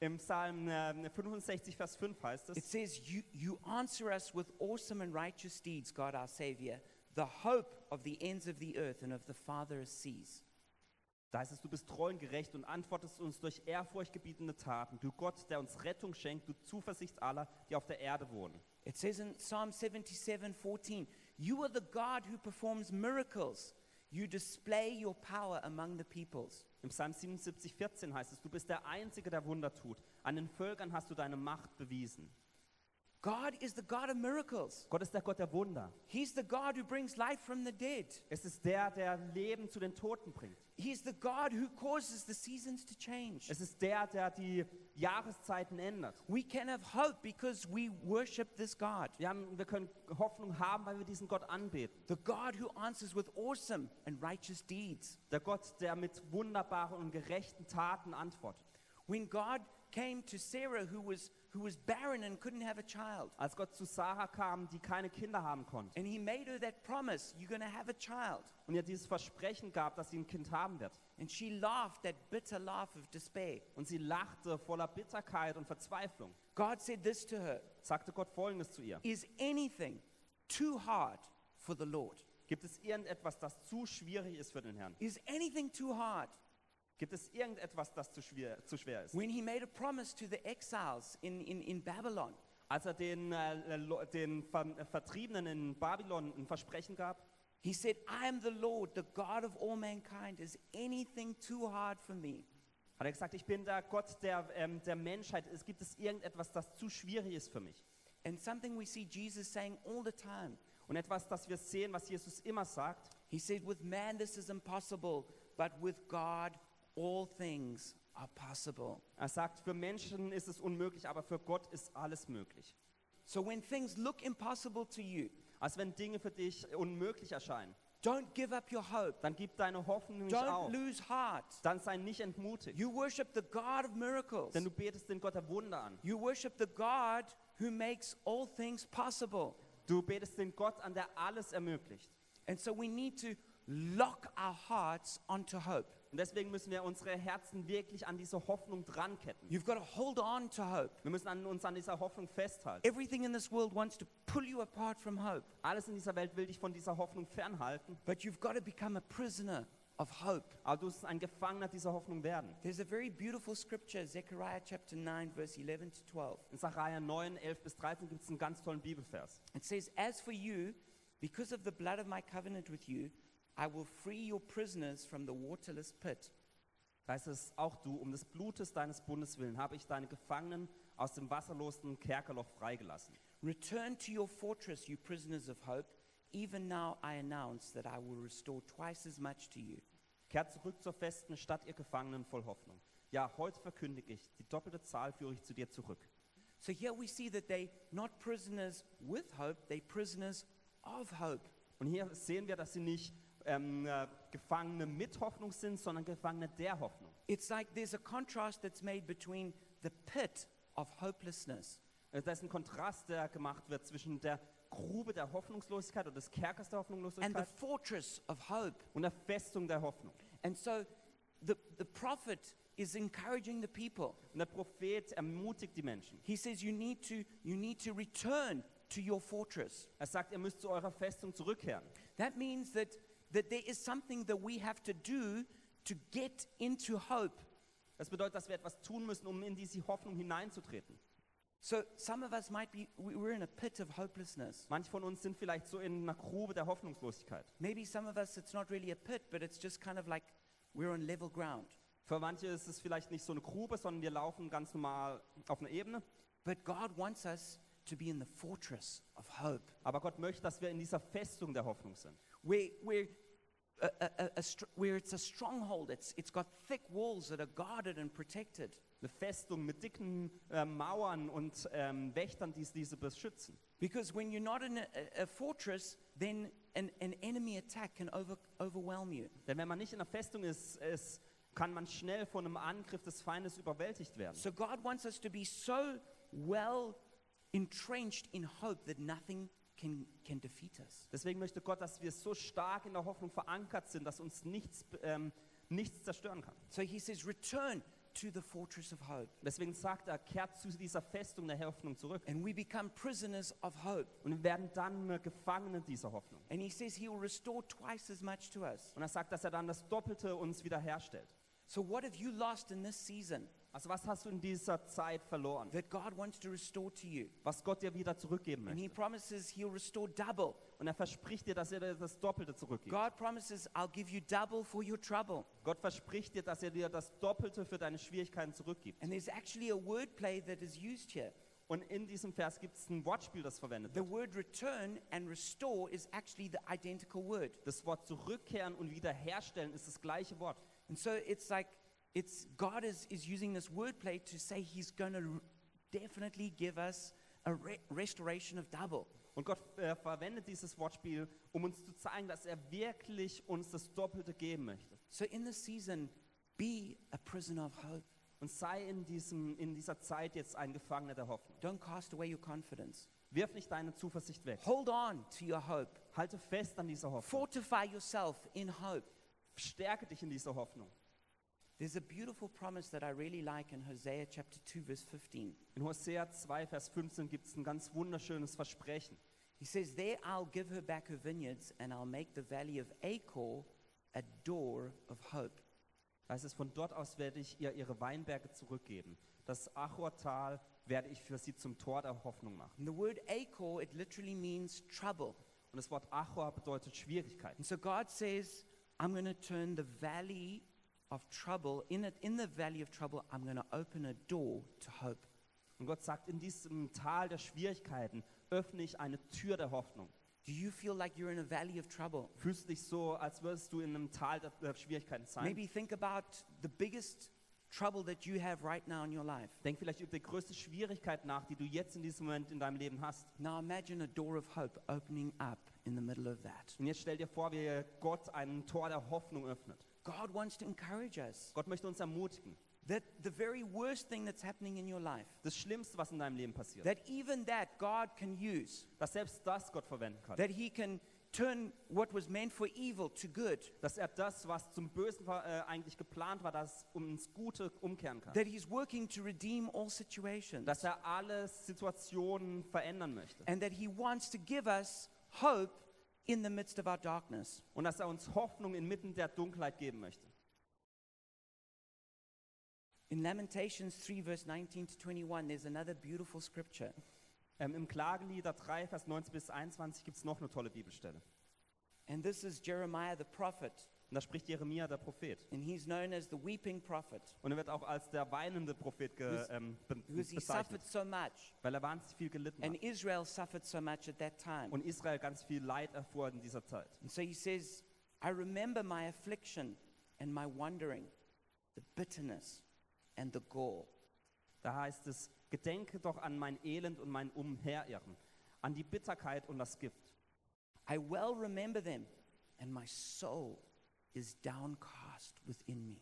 Speaker 2: Im Psalm äh, 65, Vers 5 heißt
Speaker 1: It
Speaker 2: es,
Speaker 1: says, you, you answer us with awesome and righteous deeds, God our Savior, the hope of the ends of the earth and of the farthest seas.
Speaker 2: da heißt es, du bist treu und gerecht und antwortest uns durch ehrfurchtgebietende Taten. Du Gott, der uns Rettung schenkt, du Zuversicht aller, die auf der Erde wohnen.
Speaker 1: It says in Psalm 77 14, You are the God who performs miracles. You display your power among the peoples.
Speaker 2: Im Psalm 77, 14 heißt es, du bist der Einzige, der Wunder tut. An den Völkern hast du deine Macht bewiesen.
Speaker 1: God is the God of miracles.
Speaker 2: Gott ist der Gott der Wunder.
Speaker 1: He's the God who brings life from the dead.
Speaker 2: Es ist der, der Leben zu den Toten bringt.
Speaker 1: He's the God who causes the seasons to change.
Speaker 2: Es ist der, der die Jahreszeiten ändert.
Speaker 1: We can have hope because we worship this God,
Speaker 2: Wir, haben, wir können Hoffnung haben, weil wir diesen Gott anbeten.
Speaker 1: the God who answers with awesome and righteous deeds.
Speaker 2: Der Gott, der mit wunderbaren und gerechten Taten antwortet.
Speaker 1: When God came to Sarah, who was, who was barren and couldn't have a child,
Speaker 2: Als Gott zu Sarah kam, die keine Kinder haben konnte,
Speaker 1: and he made her that promise, You're going to have a child.
Speaker 2: und ihr dieses Versprechen gab, dass sie ein Kind haben wird.
Speaker 1: And she laughed that bitter laugh of despair.
Speaker 2: Und sie lachte voller Bitterkeit und Verzweiflung.
Speaker 1: God said this to her
Speaker 2: Sagte Gott folgendes zu ihr:
Speaker 1: Is anything too hard for the Lord?
Speaker 2: Gibt es irgendetwas, das zu schwierig ist für den Herrn?
Speaker 1: Is anything too hard?
Speaker 2: Gibt es irgendetwas, das zu schwer, zu schwer ist?
Speaker 1: When he made a promise to the exiles in, in, in Babylon,
Speaker 2: Als er den, äh, Le- den Ver äh, Vertriebenen in Babylon ein Versprechen gab,
Speaker 1: he said, I am the Lord, the God of all mankind. Is anything too hard for me?
Speaker 2: hat er gesagt: Ich bin der Gott der, ähm, der Menschheit. Es gibt es irgendetwas, das zu schwierig ist für mich?
Speaker 1: And something we see Jesus saying all the time.
Speaker 2: Und etwas, das wir sehen, was Jesus immer sagt:
Speaker 1: He said, With man this is impossible, but with God all things are possible.
Speaker 2: Er sagt, für Menschen ist es unmöglich, aber für Gott ist alles möglich.
Speaker 1: So when things look impossible to you,
Speaker 2: Als wenn Dinge für dich unmöglich erscheinen,
Speaker 1: don't give up your hope.
Speaker 2: dann gib deine Hoffnung nicht
Speaker 1: Don't
Speaker 2: auf.
Speaker 1: lose heart.
Speaker 2: Dann sei nicht entmutigt,
Speaker 1: You worship the God of miracles.
Speaker 2: denn du betest den Gott der Wunder an.
Speaker 1: You worship the God who makes all things possible.
Speaker 2: Du betest den Gott an, der alles ermöglicht.
Speaker 1: And so we need to lock our hearts onto hope.
Speaker 2: Und deswegen müssen wir unsere Herzen wirklich an diese Hoffnung dranketten.
Speaker 1: You've got to hold on to hope.
Speaker 2: Wir müssen an, uns an dieser Hoffnung festhalten.
Speaker 1: Everything in this world wants to pull you apart from hope,
Speaker 2: Alles in dieser Welt will dich von dieser Hoffnung fernhalten,
Speaker 1: but you've got to become a prisoner of hope.
Speaker 2: aber du musst ein Gefangener dieser Hoffnung werden.
Speaker 1: There's a very beautiful scripture, Zechariah chapter 9, verse 11 to 12.
Speaker 2: In Sacharja 9, 11 bis 13 gibt es einen ganz tollen Bibelvers.
Speaker 1: It says, As for you, because of the blood of my covenant with you, I will free your prisoners from the waterless pit.
Speaker 2: Da heißt es auch du, um des Blutes deines Bundes willen habe ich deine Gefangenen aus dem wasserlosen Kerkerloch freigelassen.
Speaker 1: Return to your fortress, you prisoners of hope. Even now I announce that I will restore twice as much to you.
Speaker 2: Kehrt zurück zur festen Stadt, ihr Gefangenen voll Hoffnung. Ja, heute verkündige ich, die doppelte Zahl führe ich zu dir zurück.
Speaker 1: So here we see that they not prisoners with hope, they prisoners of hope.
Speaker 2: Und hier sehen wir, dass sie nicht ähm, äh, Gefangene mit Hoffnung sind, sondern Gefangene der Hoffnung.
Speaker 1: It's like there's a contrast that's made between the pit of hopelessness
Speaker 2: Also da ist ein Kontrast, der gemacht wird zwischen der Grube der Hoffnungslosigkeit oder des Kerkers der
Speaker 1: and the
Speaker 2: Hoffnungslosigkeit
Speaker 1: fortress of hope.
Speaker 2: und der Festung der Hoffnung.
Speaker 1: And so the, the prophet is encouraging the people.
Speaker 2: Und der Prophet ermutigt die Menschen.
Speaker 1: He says, you need, to, you need to return to your fortress.
Speaker 2: Er sagt, ihr müsst zu eurer Festung zurückkehren.
Speaker 1: That means that, that there is something that we have to do to get into hope.
Speaker 2: Das bedeutet, dass wir etwas tun müssen, um in diese Hoffnung hineinzutreten.
Speaker 1: So some of us might be, we- we're in a pit of hopelessness.
Speaker 2: Manche von uns sind vielleicht so in einer Grube der Hoffnungslosigkeit.
Speaker 1: Maybe some of us, it's not really a pit, but it's just kind of like we're on level ground.
Speaker 2: Für manche ist es vielleicht nicht so eine Grube, sondern wir laufen ganz normal auf einer Ebene.
Speaker 1: But God wants us to be in the fortress of hope,
Speaker 2: Aber Gott möchte, dass wir in dieser Festung der Hoffnung sind.
Speaker 1: where, where, a, a, a, a str- where it's a stronghold, it's, it's got thick walls that are guarded and protected.
Speaker 2: Eine Festung mit dicken äh, Mauern und ähm, Wächtern, die diese beschützen.
Speaker 1: Because when you're not in a, a- a fortress, then an, an enemy attack can over, overwhelm you.
Speaker 2: Denn wenn man nicht in der Festung ist, es kann man schnell von einem Angriff des Feindes überwältigt werden.
Speaker 1: So God wants us to be so well entrenched in hope that nothing can, can defeat us.
Speaker 2: Deswegen möchte Gott, dass wir so stark in der Hoffnung verankert sind, dass uns nichts, ähm, nichts zerstören kann.
Speaker 1: So he says, return to the fortress of hope.
Speaker 2: Deswegen sagt er, kehrt zu dieser Festung der Hoffnung zurück.
Speaker 1: And we become prisoners of hope.
Speaker 2: Und wir werden dann äh, Gefangene dieser Hoffnung.
Speaker 1: And he says he will restore twice as much to us.
Speaker 2: Und er sagt, dass er dann das Doppelte uns wiederherstellt.
Speaker 1: So, what have you lost in this season?
Speaker 2: Also was hast du in dieser Zeit verloren?
Speaker 1: that God wants to restore to you.
Speaker 2: Was Gott dir wieder zurückgeben
Speaker 1: And He
Speaker 2: möchte.
Speaker 1: promises He'll restore double.
Speaker 2: Und er verspricht dir, dass er dir das Doppelte zurückgibt.
Speaker 1: God promises, I'll give you double for your trouble.
Speaker 2: Gott verspricht dir, dass er dir das Doppelte für deine Schwierigkeiten zurückgibt.
Speaker 1: And there's actually a word play that is used here.
Speaker 2: Und in diesem Vers gibt es ein Wortspiel, das verwendet
Speaker 1: The
Speaker 2: wird.
Speaker 1: word return and restore is actually the identical word.
Speaker 2: Das Wort zurückkehren und wiederherstellen ist das gleiche Wort.
Speaker 1: And so it's like it's God is, is using this wordplay to say he's going to definitely give us a re restoration of double.
Speaker 2: Und Gott äh, verwendet dieses Wortspiel, um uns zu zeigen, dass er wirklich uns das Doppelte geben möchte.
Speaker 1: So in this season, be a prisoner of hope.
Speaker 2: Und sei in, diesem, in dieser Zeit jetzt ein Gefangener der Hoffnung.
Speaker 1: Don't cast away your confidence.
Speaker 2: Wirf nicht deine Zuversicht weg.
Speaker 1: Hold on to your hope.
Speaker 2: Halte fest an dieser Hoffnung.
Speaker 1: Fortify yourself in hope.
Speaker 2: Stärke dich in dieser Hoffnung.
Speaker 1: There's a beautiful promise that I really like in Hosea chapter 2, verse 15.
Speaker 2: In Hosea 2, Vers 15 gibt es ein ganz wunderschönes Versprechen.
Speaker 1: He says, There I'll give her back her vineyards, and I'll make the valley of Achor a door of hope.
Speaker 2: Da heißt es, von dort aus werde ich ihr ihre Weinberge zurückgeben. Das Achortal werde ich für sie zum Tor der Hoffnung machen.
Speaker 1: And the word Achor, it literally means trouble.
Speaker 2: Und das Wort Achor bedeutet Schwierigkeiten.
Speaker 1: And so God says, I'm going to turn the valley of trouble, in, it, in the valley of trouble, I'm going to open a door to hope.
Speaker 2: Und Gott sagt, in diesem Tal der Schwierigkeiten öffne ich eine Tür der Hoffnung.
Speaker 1: Do you feel like you're in a valley of trouble?
Speaker 2: Fühlst du dich so, als würdest du in einem Tal der, der Schwierigkeiten sein?
Speaker 1: Maybe think about the biggest trouble that you have right now in your life.
Speaker 2: Denk vielleicht über die größte Schwierigkeit nach, die du jetzt in diesem Moment in deinem Leben hast.
Speaker 1: Now imagine a door of hope opening up in the middle of that.
Speaker 2: Und jetzt stell dir vor, wie Gott ein Tor der Hoffnung öffnet.
Speaker 1: God wants to encourage us
Speaker 2: Gott möchte uns ermutigen.
Speaker 1: that the very worst thing that's happening in your life,
Speaker 2: Das Schlimmste, was in deinem Leben passiert,
Speaker 1: that even that God can use.
Speaker 2: dass selbst das Gott verwenden kann.
Speaker 1: that he can turn what was meant for evil to good,
Speaker 2: dass er das, was zum Bösen war, äh, eigentlich geplant war, dass um ins Gute umkehren kann.
Speaker 1: that he's working to redeem all situations,
Speaker 2: Dass er alle Situationen verändern möchte.
Speaker 1: and that he wants to give us hope in the midst of our darkness.
Speaker 2: Und dass er uns Hoffnung inmitten der Dunkelheit geben möchte.
Speaker 1: In Lamentations 3, verse 19 to 21, there's another beautiful scripture.
Speaker 2: Ähm, Im Klagelieder 3, Vers 19 bis 21 gibt es noch eine tolle Bibelstelle.
Speaker 1: And this is Jeremiah the prophet,
Speaker 2: Und da spricht Jeremia, der Prophet.
Speaker 1: and he's known as the weeping prophet
Speaker 2: Und er wird auch als der weinende Prophet ge,
Speaker 1: Because-
Speaker 2: ähm, be
Speaker 1: because he suffered
Speaker 2: bezeichnet,
Speaker 1: so much,
Speaker 2: weil er wahnsinnig viel gelitten
Speaker 1: and
Speaker 2: hat.
Speaker 1: Israel suffered so much at that time.
Speaker 2: Und Israel ganz viel Leid erfuhr in dieser Zeit.
Speaker 1: And so he says, I remember my affliction and my wandering, the bitterness and the gall.
Speaker 2: Da heißt es, gedenke doch an mein Elend und mein Umherirren, an die Bitterkeit und das Gift.
Speaker 1: I well remember them, and my soul is downcast within me.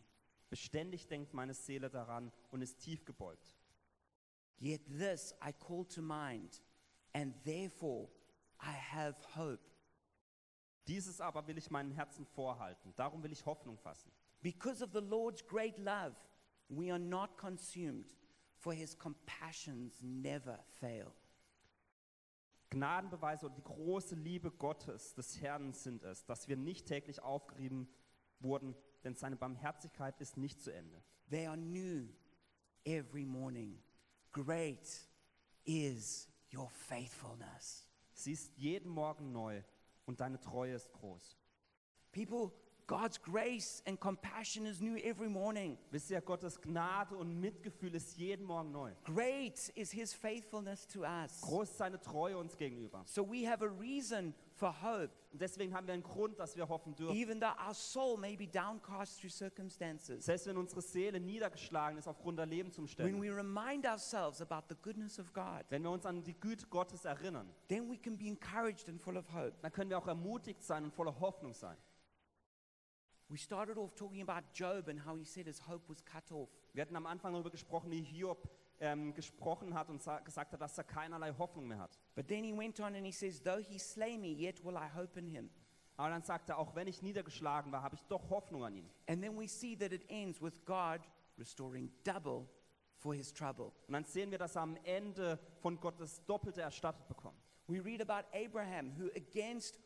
Speaker 2: Beständig denkt meine Seele daran und ist tief gebeugt.
Speaker 1: Yet this I call to mind, and therefore I have hope.
Speaker 2: Dieses aber will ich meinem Herzen vorhalten. Darum will ich Hoffnung fassen.
Speaker 1: Because of the Lord's great love, we are not consumed, for his compassions never fail.
Speaker 2: Gnadenbeweise und die große Liebe Gottes, des Herrn sind es, dass wir nicht täglich aufgerieben wurden, denn seine Barmherzigkeit ist nicht zu Ende.
Speaker 1: They are new every morning. Great is your faithfulness.
Speaker 2: Sie ist jeden Morgen neu und deine Treue ist groß.
Speaker 1: People, God's grace and compassion is new every morning.
Speaker 2: Wisst ihr, Gottes Gnade und Mitgefühl ist jeden Morgen neu.
Speaker 1: Great is his faithfulness to us.
Speaker 2: Groß ist seine Treue uns gegenüber.
Speaker 1: So we have a reason for hope,
Speaker 2: Und deswegen haben wir einen Grund, dass wir hoffen dürfen.
Speaker 1: even though our soul may be downcast through circumstances.
Speaker 2: Selbst wenn unsere Seele niedergeschlagen ist aufgrund der
Speaker 1: When
Speaker 2: Lebensumstände.
Speaker 1: we remind ourselves about the goodness of God,
Speaker 2: Wenn wir uns an die Güte Gottes erinnern,
Speaker 1: then we can be encouraged and full of hope.
Speaker 2: dann können wir auch ermutigt sein und voller Hoffnung sein.
Speaker 1: We started off talking about Job and how he said his hope was cut off.
Speaker 2: Wir hatten am Anfang darüber gesprochen, wie Hiob ähm, gesprochen hat und sa- gesagt hat, dass er keinerlei Hoffnung mehr hat.
Speaker 1: But then he went on and he says, Though he slay me, yet will I hope in him.
Speaker 2: Aber dann sagt er, auch wenn ich niedergeschlagen war, habe ich doch Hoffnung an ihm.
Speaker 1: And then we see that it ends with God restoring double for his trouble.
Speaker 2: Und dann sehen wir, dass er am Ende von Gottes Doppelte erstattet bekommt.
Speaker 1: We read about Abraham, who against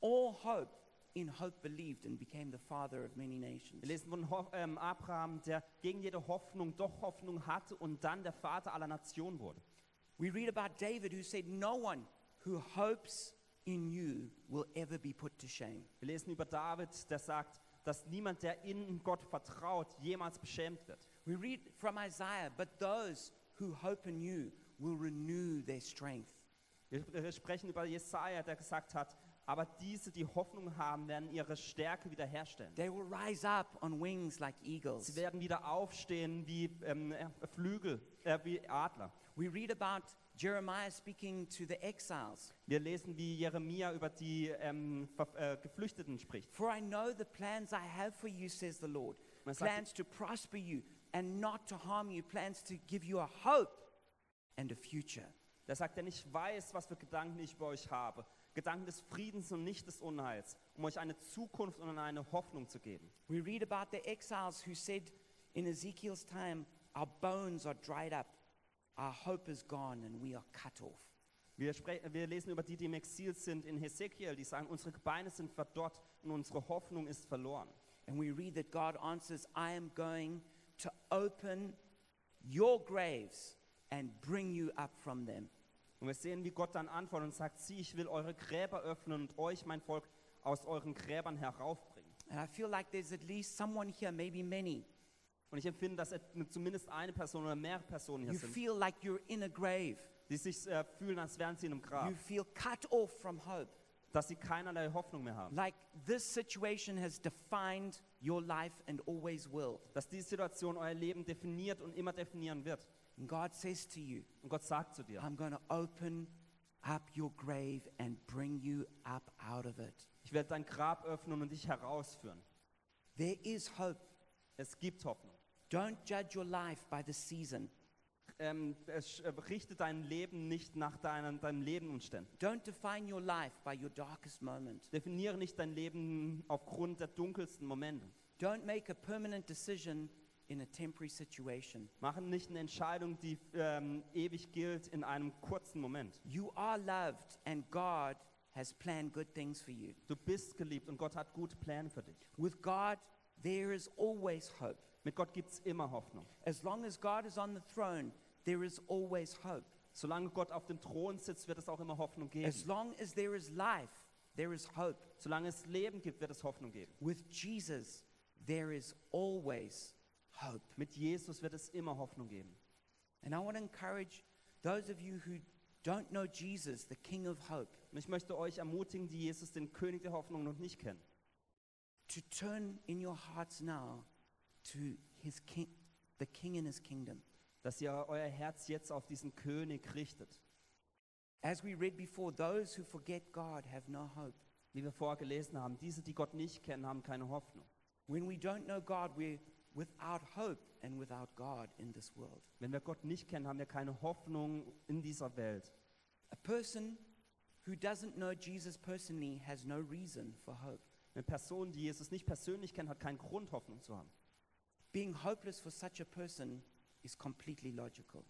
Speaker 1: all hope in hope believed and became the father of many nations.
Speaker 2: Wir lesen von Ho ähm, Abraham, der gegen jede Hoffnung doch Hoffnung hatte und dann der Vater aller Nationen wurde.
Speaker 1: We read about David who said, No one who hopes in you will ever be put to shame.
Speaker 2: Wir lesen über David, der sagt, dass niemand, der in Gott vertraut, jemals beschämt wird.
Speaker 1: We read from Isaiah, But those who hope in you will renew their strength.
Speaker 2: Wir wir sprechen über Jesaja, der gesagt hat, aber diese, die Hoffnung haben, werden ihre Stärke wiederherstellen.
Speaker 1: They will rise up on wings like eagles.
Speaker 2: Sie werden wieder aufstehen wie ähm, äh, Flügel, äh, wie Adler.
Speaker 1: We read about Jeremiah speaking to the exiles.
Speaker 2: Wir lesen, wie Jeremia über die ähm, Ver- äh, Geflüchteten spricht.
Speaker 1: For I know the plans I have for you, says the Lord.
Speaker 2: Man sagt-
Speaker 1: Plans to prosper you and not to harm you. Plans to give you a hope and a future.
Speaker 2: Der sagt, denn ich weiß, was für Gedanken ich über euch habe. Gedanken des Friedens und nicht des Unheils, um euch eine Zukunft und eine Hoffnung zu geben.
Speaker 1: We read about the exiles who said in Ezekiel's time, Our bones are dried up, our hope is gone, and we are cut off.
Speaker 2: Wir, spre- wir lesen über die, die im Exil sind in Hesekiel, die sagen, unsere Beine sind verdorrt und unsere Hoffnung ist verloren.
Speaker 1: And we read that God answers, I am going to open your graves and bring you up from them.
Speaker 2: Und wir sehen, wie Gott dann antwortet und sagt, sieh, ich will eure Gräber öffnen und euch, mein Volk, aus euren Gräbern heraufbringen.
Speaker 1: And I feel like there's at least someone here, maybe many.
Speaker 2: Und ich empfinde, dass et- zumindest eine Person oder mehrere Personen hier
Speaker 1: You
Speaker 2: sind,
Speaker 1: feel like you're in a grave.
Speaker 2: die sich äh, fühlen, als wären sie in einem Grab,
Speaker 1: You feel cut off from hope.
Speaker 2: dass sie keinerlei Hoffnung mehr haben.
Speaker 1: Like this situation has defined your life and always will.
Speaker 2: Dass diese Situation euer Leben definiert und immer definieren wird.
Speaker 1: And God says to you,
Speaker 2: Und Gott sagt zu dir,
Speaker 1: I'm going to open up your grave and bring you up out of it.
Speaker 2: ich werde dein Grab öffnen und dich herausführen.
Speaker 1: There is hope.
Speaker 2: Es gibt Hoffnung.
Speaker 1: Don't judge your life by the season.
Speaker 2: Ähm, es, äh, richte dein Leben nicht nach deinen, deinen Lebenumständen.
Speaker 1: Don't define your life by your darkest moment.
Speaker 2: Definiere nicht dein Leben aufgrund der dunkelsten Momente.
Speaker 1: Don't make a permanent decision in a temporary situation.
Speaker 2: Machen nicht eine Entscheidung, die ähm, ewig gilt, in einem kurzen Moment.
Speaker 1: You are loved, and God has planned good things for you.
Speaker 2: Du bist geliebt und Gott hat gute Pläne für dich.
Speaker 1: With God, there is always hope.
Speaker 2: Mit Gott gibt es immer Hoffnung.
Speaker 1: As long as God is on the throne, there is always hope.
Speaker 2: Solange Gott auf dem Thron sitzt, wird es auch immer Hoffnung geben.
Speaker 1: As long as there is life, there is hope.
Speaker 2: Solange es Leben gibt, wird es Hoffnung geben.
Speaker 1: With Jesus, there is always hope.
Speaker 2: Mit Jesus wird es immer Hoffnung geben.
Speaker 1: And I want to encourage those of you who don't know Jesus, the King of Hope,
Speaker 2: Und ich möchte euch ermutigen, die Jesus, den König der Hoffnung, noch nicht kennen,
Speaker 1: to turn in your hearts now to his king, the king and his kingdom.
Speaker 2: dass ihr euer Herz jetzt auf diesen König richtet.
Speaker 1: As we read before, those who forget God have no hope.
Speaker 2: Wie wir vorher gelesen haben, diese, die Gott nicht kennen, haben keine Hoffnung.
Speaker 1: When we don't know God, we're without hope and without God in this world.
Speaker 2: Wenn wir Gott nicht kennen, haben wir keine Hoffnung in dieser Welt.
Speaker 1: A person who doesn't know Jesus personally has no reason for hope.
Speaker 2: Eine Person, die Jesus nicht persönlich kennt, hat keinen Grund, Hoffnung zu haben.
Speaker 1: Being hopeless for such a person is completely logical.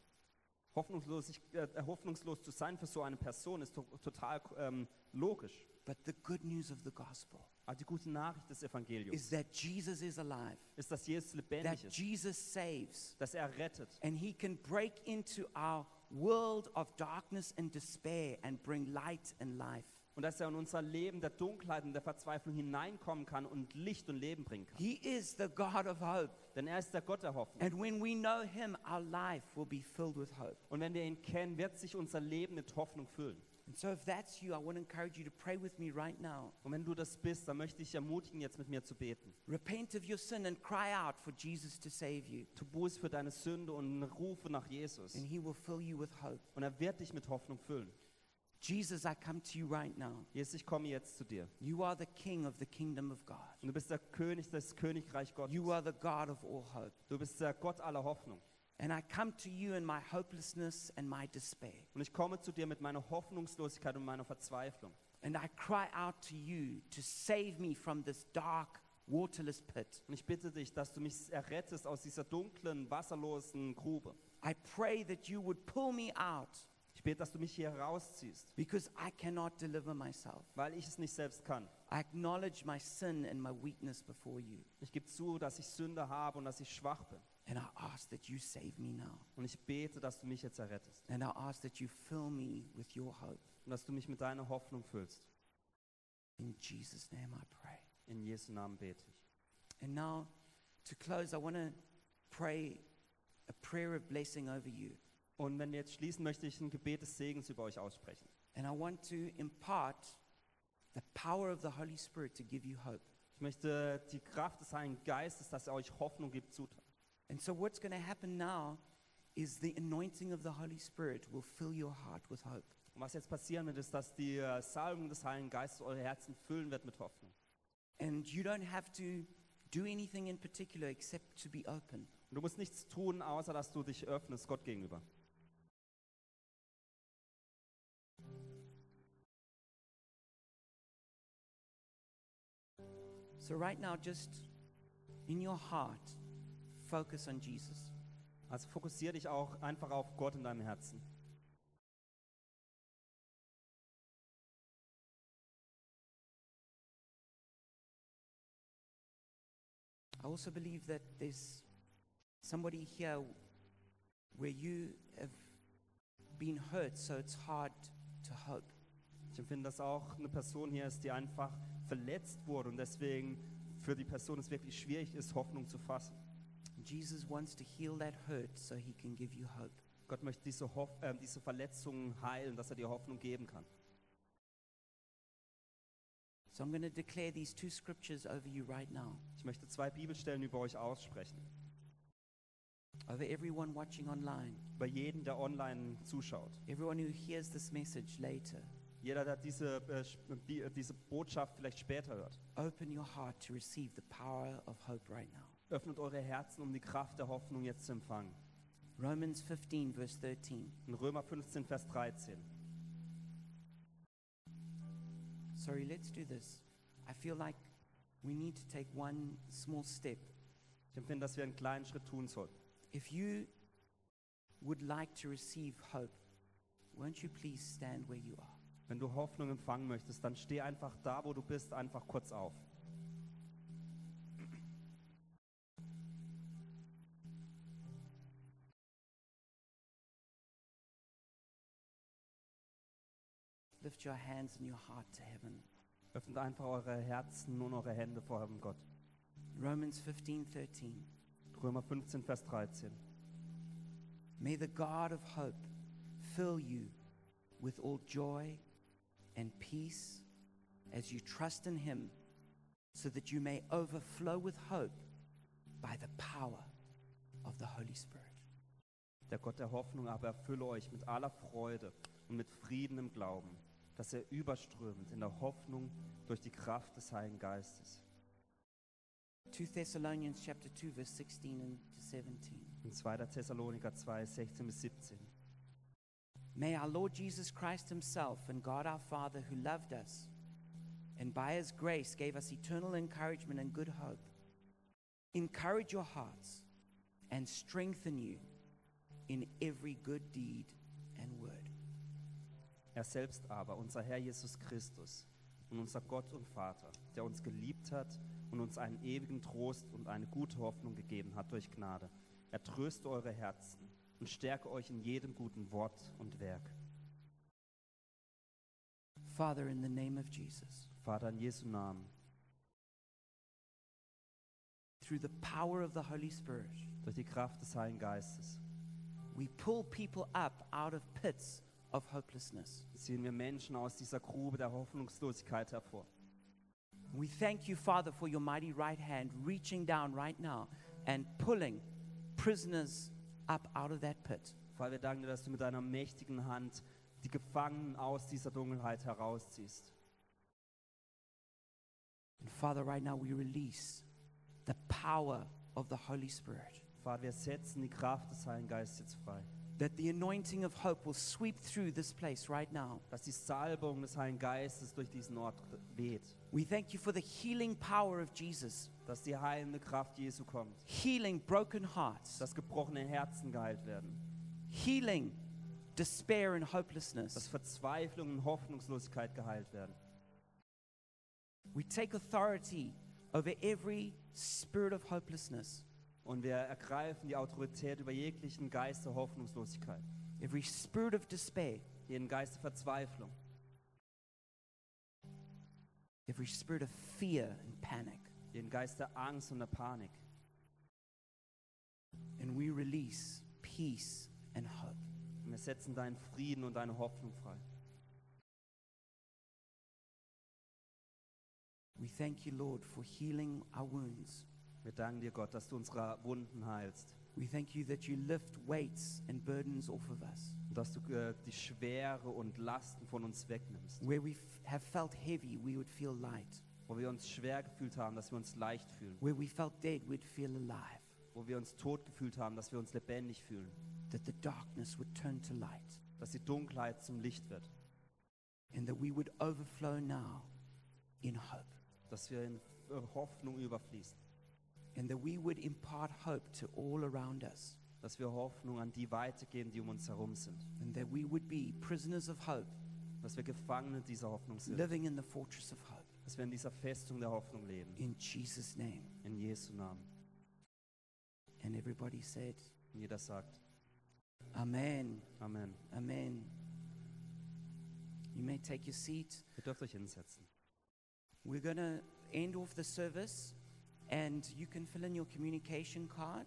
Speaker 2: Hoffnungslos, sich- äh, hoffnungslos zu sein für so eine Person ist to total ähm, logisch.
Speaker 1: But the good news of the gospel
Speaker 2: Aber die gute Nachricht des Evangeliums
Speaker 1: is that Jesus is alive,
Speaker 2: ist, dass Jesus lebendig
Speaker 1: that
Speaker 2: ist,
Speaker 1: Jesus saves,
Speaker 2: dass er rettet
Speaker 1: and he can break into our world of darkness and despair and bring light and life.
Speaker 2: und dass er in unser Leben der Dunkelheit und der Verzweiflung hineinkommen kann und Licht und Leben bringen kann.
Speaker 1: He is the God of hope.
Speaker 2: Denn er ist der Gott der Hoffnung.
Speaker 1: And when we know him, our life will be filled with hope.
Speaker 2: Und wenn wir ihn kennen, wird sich unser Leben mit Hoffnung füllen.
Speaker 1: And so, if that's you, I want to encourage you to pray with me right now.
Speaker 2: Und wenn du das bist, dann möchte ich dich ermutigen, jetzt mit mir zu beten.
Speaker 1: Repent of your sin and cry out for Jesus to save you,
Speaker 2: Tu Buß für deine Sünde und rufe nach Jesus.
Speaker 1: and he will fill you with hope.
Speaker 2: Und er wird dich mit Hoffnung füllen.
Speaker 1: Jesus, I come to you right now.
Speaker 2: Jesus, ich komme jetzt zu dir.
Speaker 1: You are the King of the kingdom of God.
Speaker 2: Und du bist der König des Königreich Gottes.
Speaker 1: You are the God of all hope.
Speaker 2: Du bist der Gott aller Hoffnung.
Speaker 1: And I come to you in my hopelessness and my despair.
Speaker 2: Und ich komme zu dir mit meiner Hoffnungslosigkeit und meiner Verzweiflung.
Speaker 1: And I cry out to you to save me from this dark, waterless pit.
Speaker 2: Und ich bitte dich, dass du mich errettest aus dieser dunklen, wasserlosen Grube.
Speaker 1: I pray that you would pull me out
Speaker 2: Ich bete, dass du mich hier rausziehst,
Speaker 1: because I cannot deliver myself.
Speaker 2: weil ich es nicht selbst kann.
Speaker 1: I acknowledge my sin and my weakness before you.
Speaker 2: Ich gebe zu, dass ich Sünde habe und dass ich schwach bin.
Speaker 1: And I ask that you save me now.
Speaker 2: Und ich bete, dass du mich jetzt errettest
Speaker 1: And I ask that you fill me with your hope.
Speaker 2: und dass du mich mit deiner Hoffnung füllst.
Speaker 1: In Jesus' name I pray.
Speaker 2: In Jesu Namen bete ich.
Speaker 1: And now, to close, I want to pray a prayer of blessing over you.
Speaker 2: Und wenn wir jetzt schließen, möchte ich ein Gebet des Segens über euch aussprechen.
Speaker 1: And I want to impart the power of the Holy Spirit to give you hope.
Speaker 2: Ich möchte die Kraft des Heiligen Geistes, dass er euch Hoffnung gibt, zutun.
Speaker 1: And so, what's going to happen now is the anointing of the Holy Spirit will fill your heart with hope.
Speaker 2: Und was jetzt passieren wird, ist, dass die äh, Salbung des Heiligen Geistes eure Herzen füllen wird mit Hoffnung.
Speaker 1: And you don't have to do anything in particular except to be open.
Speaker 2: Und du musst nichts tun, außer dass du dich öffnest Gott gegenüber.
Speaker 1: So, right now, just in your heart, focus on Jesus.
Speaker 2: Also fokussiere dich auch einfach auf Gott in deinem Herzen.
Speaker 1: I also believe that there's somebody here where you have been hurt, so it's hard to hope.
Speaker 2: Ich empfinde, dass auch eine Person hier ist, die einfach verletzt wurde und deswegen für die Person es wirklich schwierig ist, Hoffnung zu fassen.
Speaker 1: Jesus wants to heal that hurt so he can give you hope.
Speaker 2: Gott möchte diese, Hoff äh, diese Verletzungen heilen, dass er dir Hoffnung geben kann.
Speaker 1: So I'm going to declare these two scriptures over you right now,
Speaker 2: Ich möchte zwei Bibelstellen über euch aussprechen,
Speaker 1: over everyone watching online,
Speaker 2: über jeden, der online zuschaut.
Speaker 1: everyone who hears this message later.
Speaker 2: Jeder, der diese, äh, sch- die, äh, diese Botschaft vielleicht später hört.
Speaker 1: Open your heart to receive the power of hope right now.
Speaker 2: Öffnet eure Herzen, um die Kraft der Hoffnung jetzt zu empfangen.
Speaker 1: Romans 15, verse 13.
Speaker 2: In Römer 15, Vers 13.
Speaker 1: Sorry, let's do this. I feel like we need to take one small step
Speaker 2: Ich empfinde, dass wir einen kleinen Schritt tun sollen.
Speaker 1: If you would like to receive hope, won't you please stand where you are?
Speaker 2: Wenn du Hoffnung empfangen möchtest, dann steh einfach da, wo du bist, einfach kurz auf.
Speaker 1: Lift your hands and your heart to heaven.
Speaker 2: Öffnet einfach eure Herzen und eure Hände vor dem Gott.
Speaker 1: Romans 15:13.
Speaker 2: Römer 15, Vers 13.
Speaker 1: May the God of hope fill you with all joy and peace as you trust in him, so that you may overflow with hope by the power of the Holy Spirit.
Speaker 2: Der Gott der Hoffnung aber erfülle euch mit aller Freude und mit Frieden im Glauben, dass er überströmend in der Hoffnung durch die Kraft des Heiligen Geistes.
Speaker 1: 2 Thessalonians chapter 2 verse 16 and to 17.
Speaker 2: In 2. Thessaloniker 2, 16 bis 17.
Speaker 1: May our Lord Jesus Christ Himself and God our Father, who loved us and by His grace gave us eternal encouragement and good hope, encourage your hearts and strengthen you in every good deed and word.
Speaker 2: Er selbst aber, unser Herr Jesus Christus und unser Gott und Vater, der uns geliebt hat und uns einen ewigen Trost und eine gute Hoffnung gegeben hat durch Gnade, er tröste eure Herzen und stärke euch in jedem guten Wort und Werk.
Speaker 1: Father, in the name of Jesus,
Speaker 2: Vater, in Jesu Namen,
Speaker 1: through the power of the Holy Spirit,
Speaker 2: durch die Kraft des Heiligen Geistes,
Speaker 1: we pull people up out of pits of hopelessness.
Speaker 2: ziehen wir Menschen aus dieser Grube der Hoffnungslosigkeit hervor.
Speaker 1: We thank you, Father, for your mighty right hand reaching down right now and pulling prisoners up out of that pit.
Speaker 2: Vater, wir danken dir, dass du mit deiner mächtigen Hand die Gefangenen aus dieser Dunkelheit herausziehst.
Speaker 1: And Father, right now we release the power of the Holy Spirit,
Speaker 2: Vater, wir setzen die Kraft des Heiligen Geistes jetzt frei.
Speaker 1: that the anointing of hope will sweep through this place right now.
Speaker 2: dass die Salbung des Heiligen Geistes durch diesen Ort weht,
Speaker 1: We thank you for the healing power of Jesus,
Speaker 2: dass die heilende Kraft Jesu kommt,
Speaker 1: healing broken hearts,
Speaker 2: dass gebrochene Herzen geheilt werden,
Speaker 1: healing despair and
Speaker 2: dass
Speaker 1: hopelessness.
Speaker 2: Verzweiflung und Hoffnungslosigkeit geheilt werden.
Speaker 1: We take authority over every spirit of hopelessness,
Speaker 2: Und wir ergreifen die Autorität über jeglichen Geist der Hoffnungslosigkeit,
Speaker 1: every spirit of despair,
Speaker 2: jeden Geist der Verzweiflung,
Speaker 1: every spirit of fear and panic.
Speaker 2: jeden Geist der Angst und der Panik.
Speaker 1: And we release peace and hope.
Speaker 2: Und wir setzen deinen Frieden und deine Hoffnung frei.
Speaker 1: We thank you, Lord, for healing our wounds.
Speaker 2: Wir danken dir, Gott, dass du unsere Wunden heilst
Speaker 1: We thank you that you lift weights and burdens off of us.
Speaker 2: und dass du äh, die Schwere und Lasten von uns wegnimmst.
Speaker 1: Where we f- have felt heavy, we would feel light.
Speaker 2: Wo wir uns schwer gefühlt haben, dass wir uns leicht fühlen.
Speaker 1: Where we felt dead, we'd feel alive.
Speaker 2: Wo wir uns tot gefühlt haben, dass wir uns lebendig fühlen.
Speaker 1: That the darkness would turn to light.
Speaker 2: Dass die Dunkelheit zum Licht wird.
Speaker 1: And that we would overflow now in hope.
Speaker 2: Dass wir in äh, Hoffnung überfließen.
Speaker 1: And that we would impart hope to all around us.
Speaker 2: Dass wir Hoffnung an die weitergeben, die um uns herum sind.
Speaker 1: And that we would be prisoners of hope,
Speaker 2: Dass wir Gefangene dieser Hoffnung sind.
Speaker 1: living in the fortress of hope.
Speaker 2: Dass wir in dieser Festung der Hoffnung leben.
Speaker 1: In Jesus' name.
Speaker 2: In Jesu Namen.
Speaker 1: And everybody said,
Speaker 2: Und jeder sagt
Speaker 1: Amen.
Speaker 2: Amen.
Speaker 1: Amen. You may take your seat.
Speaker 2: Ihr dürft euch hinsetzen.
Speaker 1: We're going to end off the service, and you can fill in your communication card.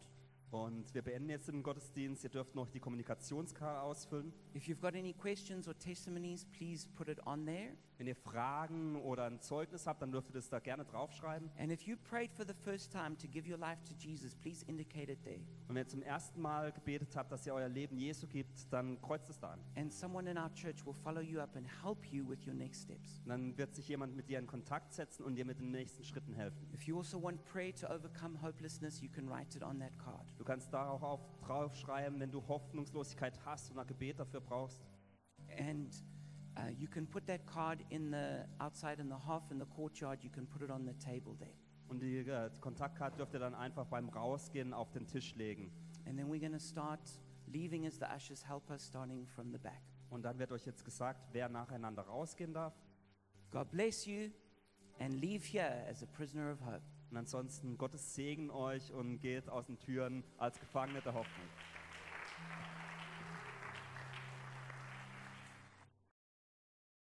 Speaker 2: Und wir beenden jetzt den Gottesdienst. Ihr dürft noch die Kommunikationskarte ausfüllen.
Speaker 1: If you've got any questions or testimonies, please put it on there.
Speaker 2: Wenn ihr Fragen oder ein Zeugnis habt, dann dürft ihr das da gerne draufschreiben.
Speaker 1: And if you prayed for the first time to give your life to Jesus, please indicate it there.
Speaker 2: Und wenn ihr zum ersten Mal gebetet habt, dass ihr euer Leben Jesu gibt, dann kreuzt es da an.
Speaker 1: And someone in our church will follow you up and help you with your next steps.
Speaker 2: Und dann wird sich jemand mit dir in Kontakt setzen und dir mit den nächsten Schritten helfen.
Speaker 1: If you also want prayer to overcome hopelessness, you can write it on that card.
Speaker 2: Du kannst darauf auf, draufschreiben, wenn du Hoffnungslosigkeit hast und ein Gebet dafür brauchst.
Speaker 1: And uh, you can put that card in the outside in the half in the courtyard. You can put it on the table there.
Speaker 2: Und die, äh, die Kontaktkarte dürft ihr dann einfach beim Rausgehen auf den Tisch legen.
Speaker 1: And then we're going to start leaving as the ushers help us, starting from the back.
Speaker 2: Und dann wird euch jetzt gesagt, wer nacheinander rausgehen darf.
Speaker 1: God bless you and leave here as a prisoner of hope.
Speaker 2: Und ansonsten Gottes Segen euch und geht aus den Türen als Gefangene der Hoffnung.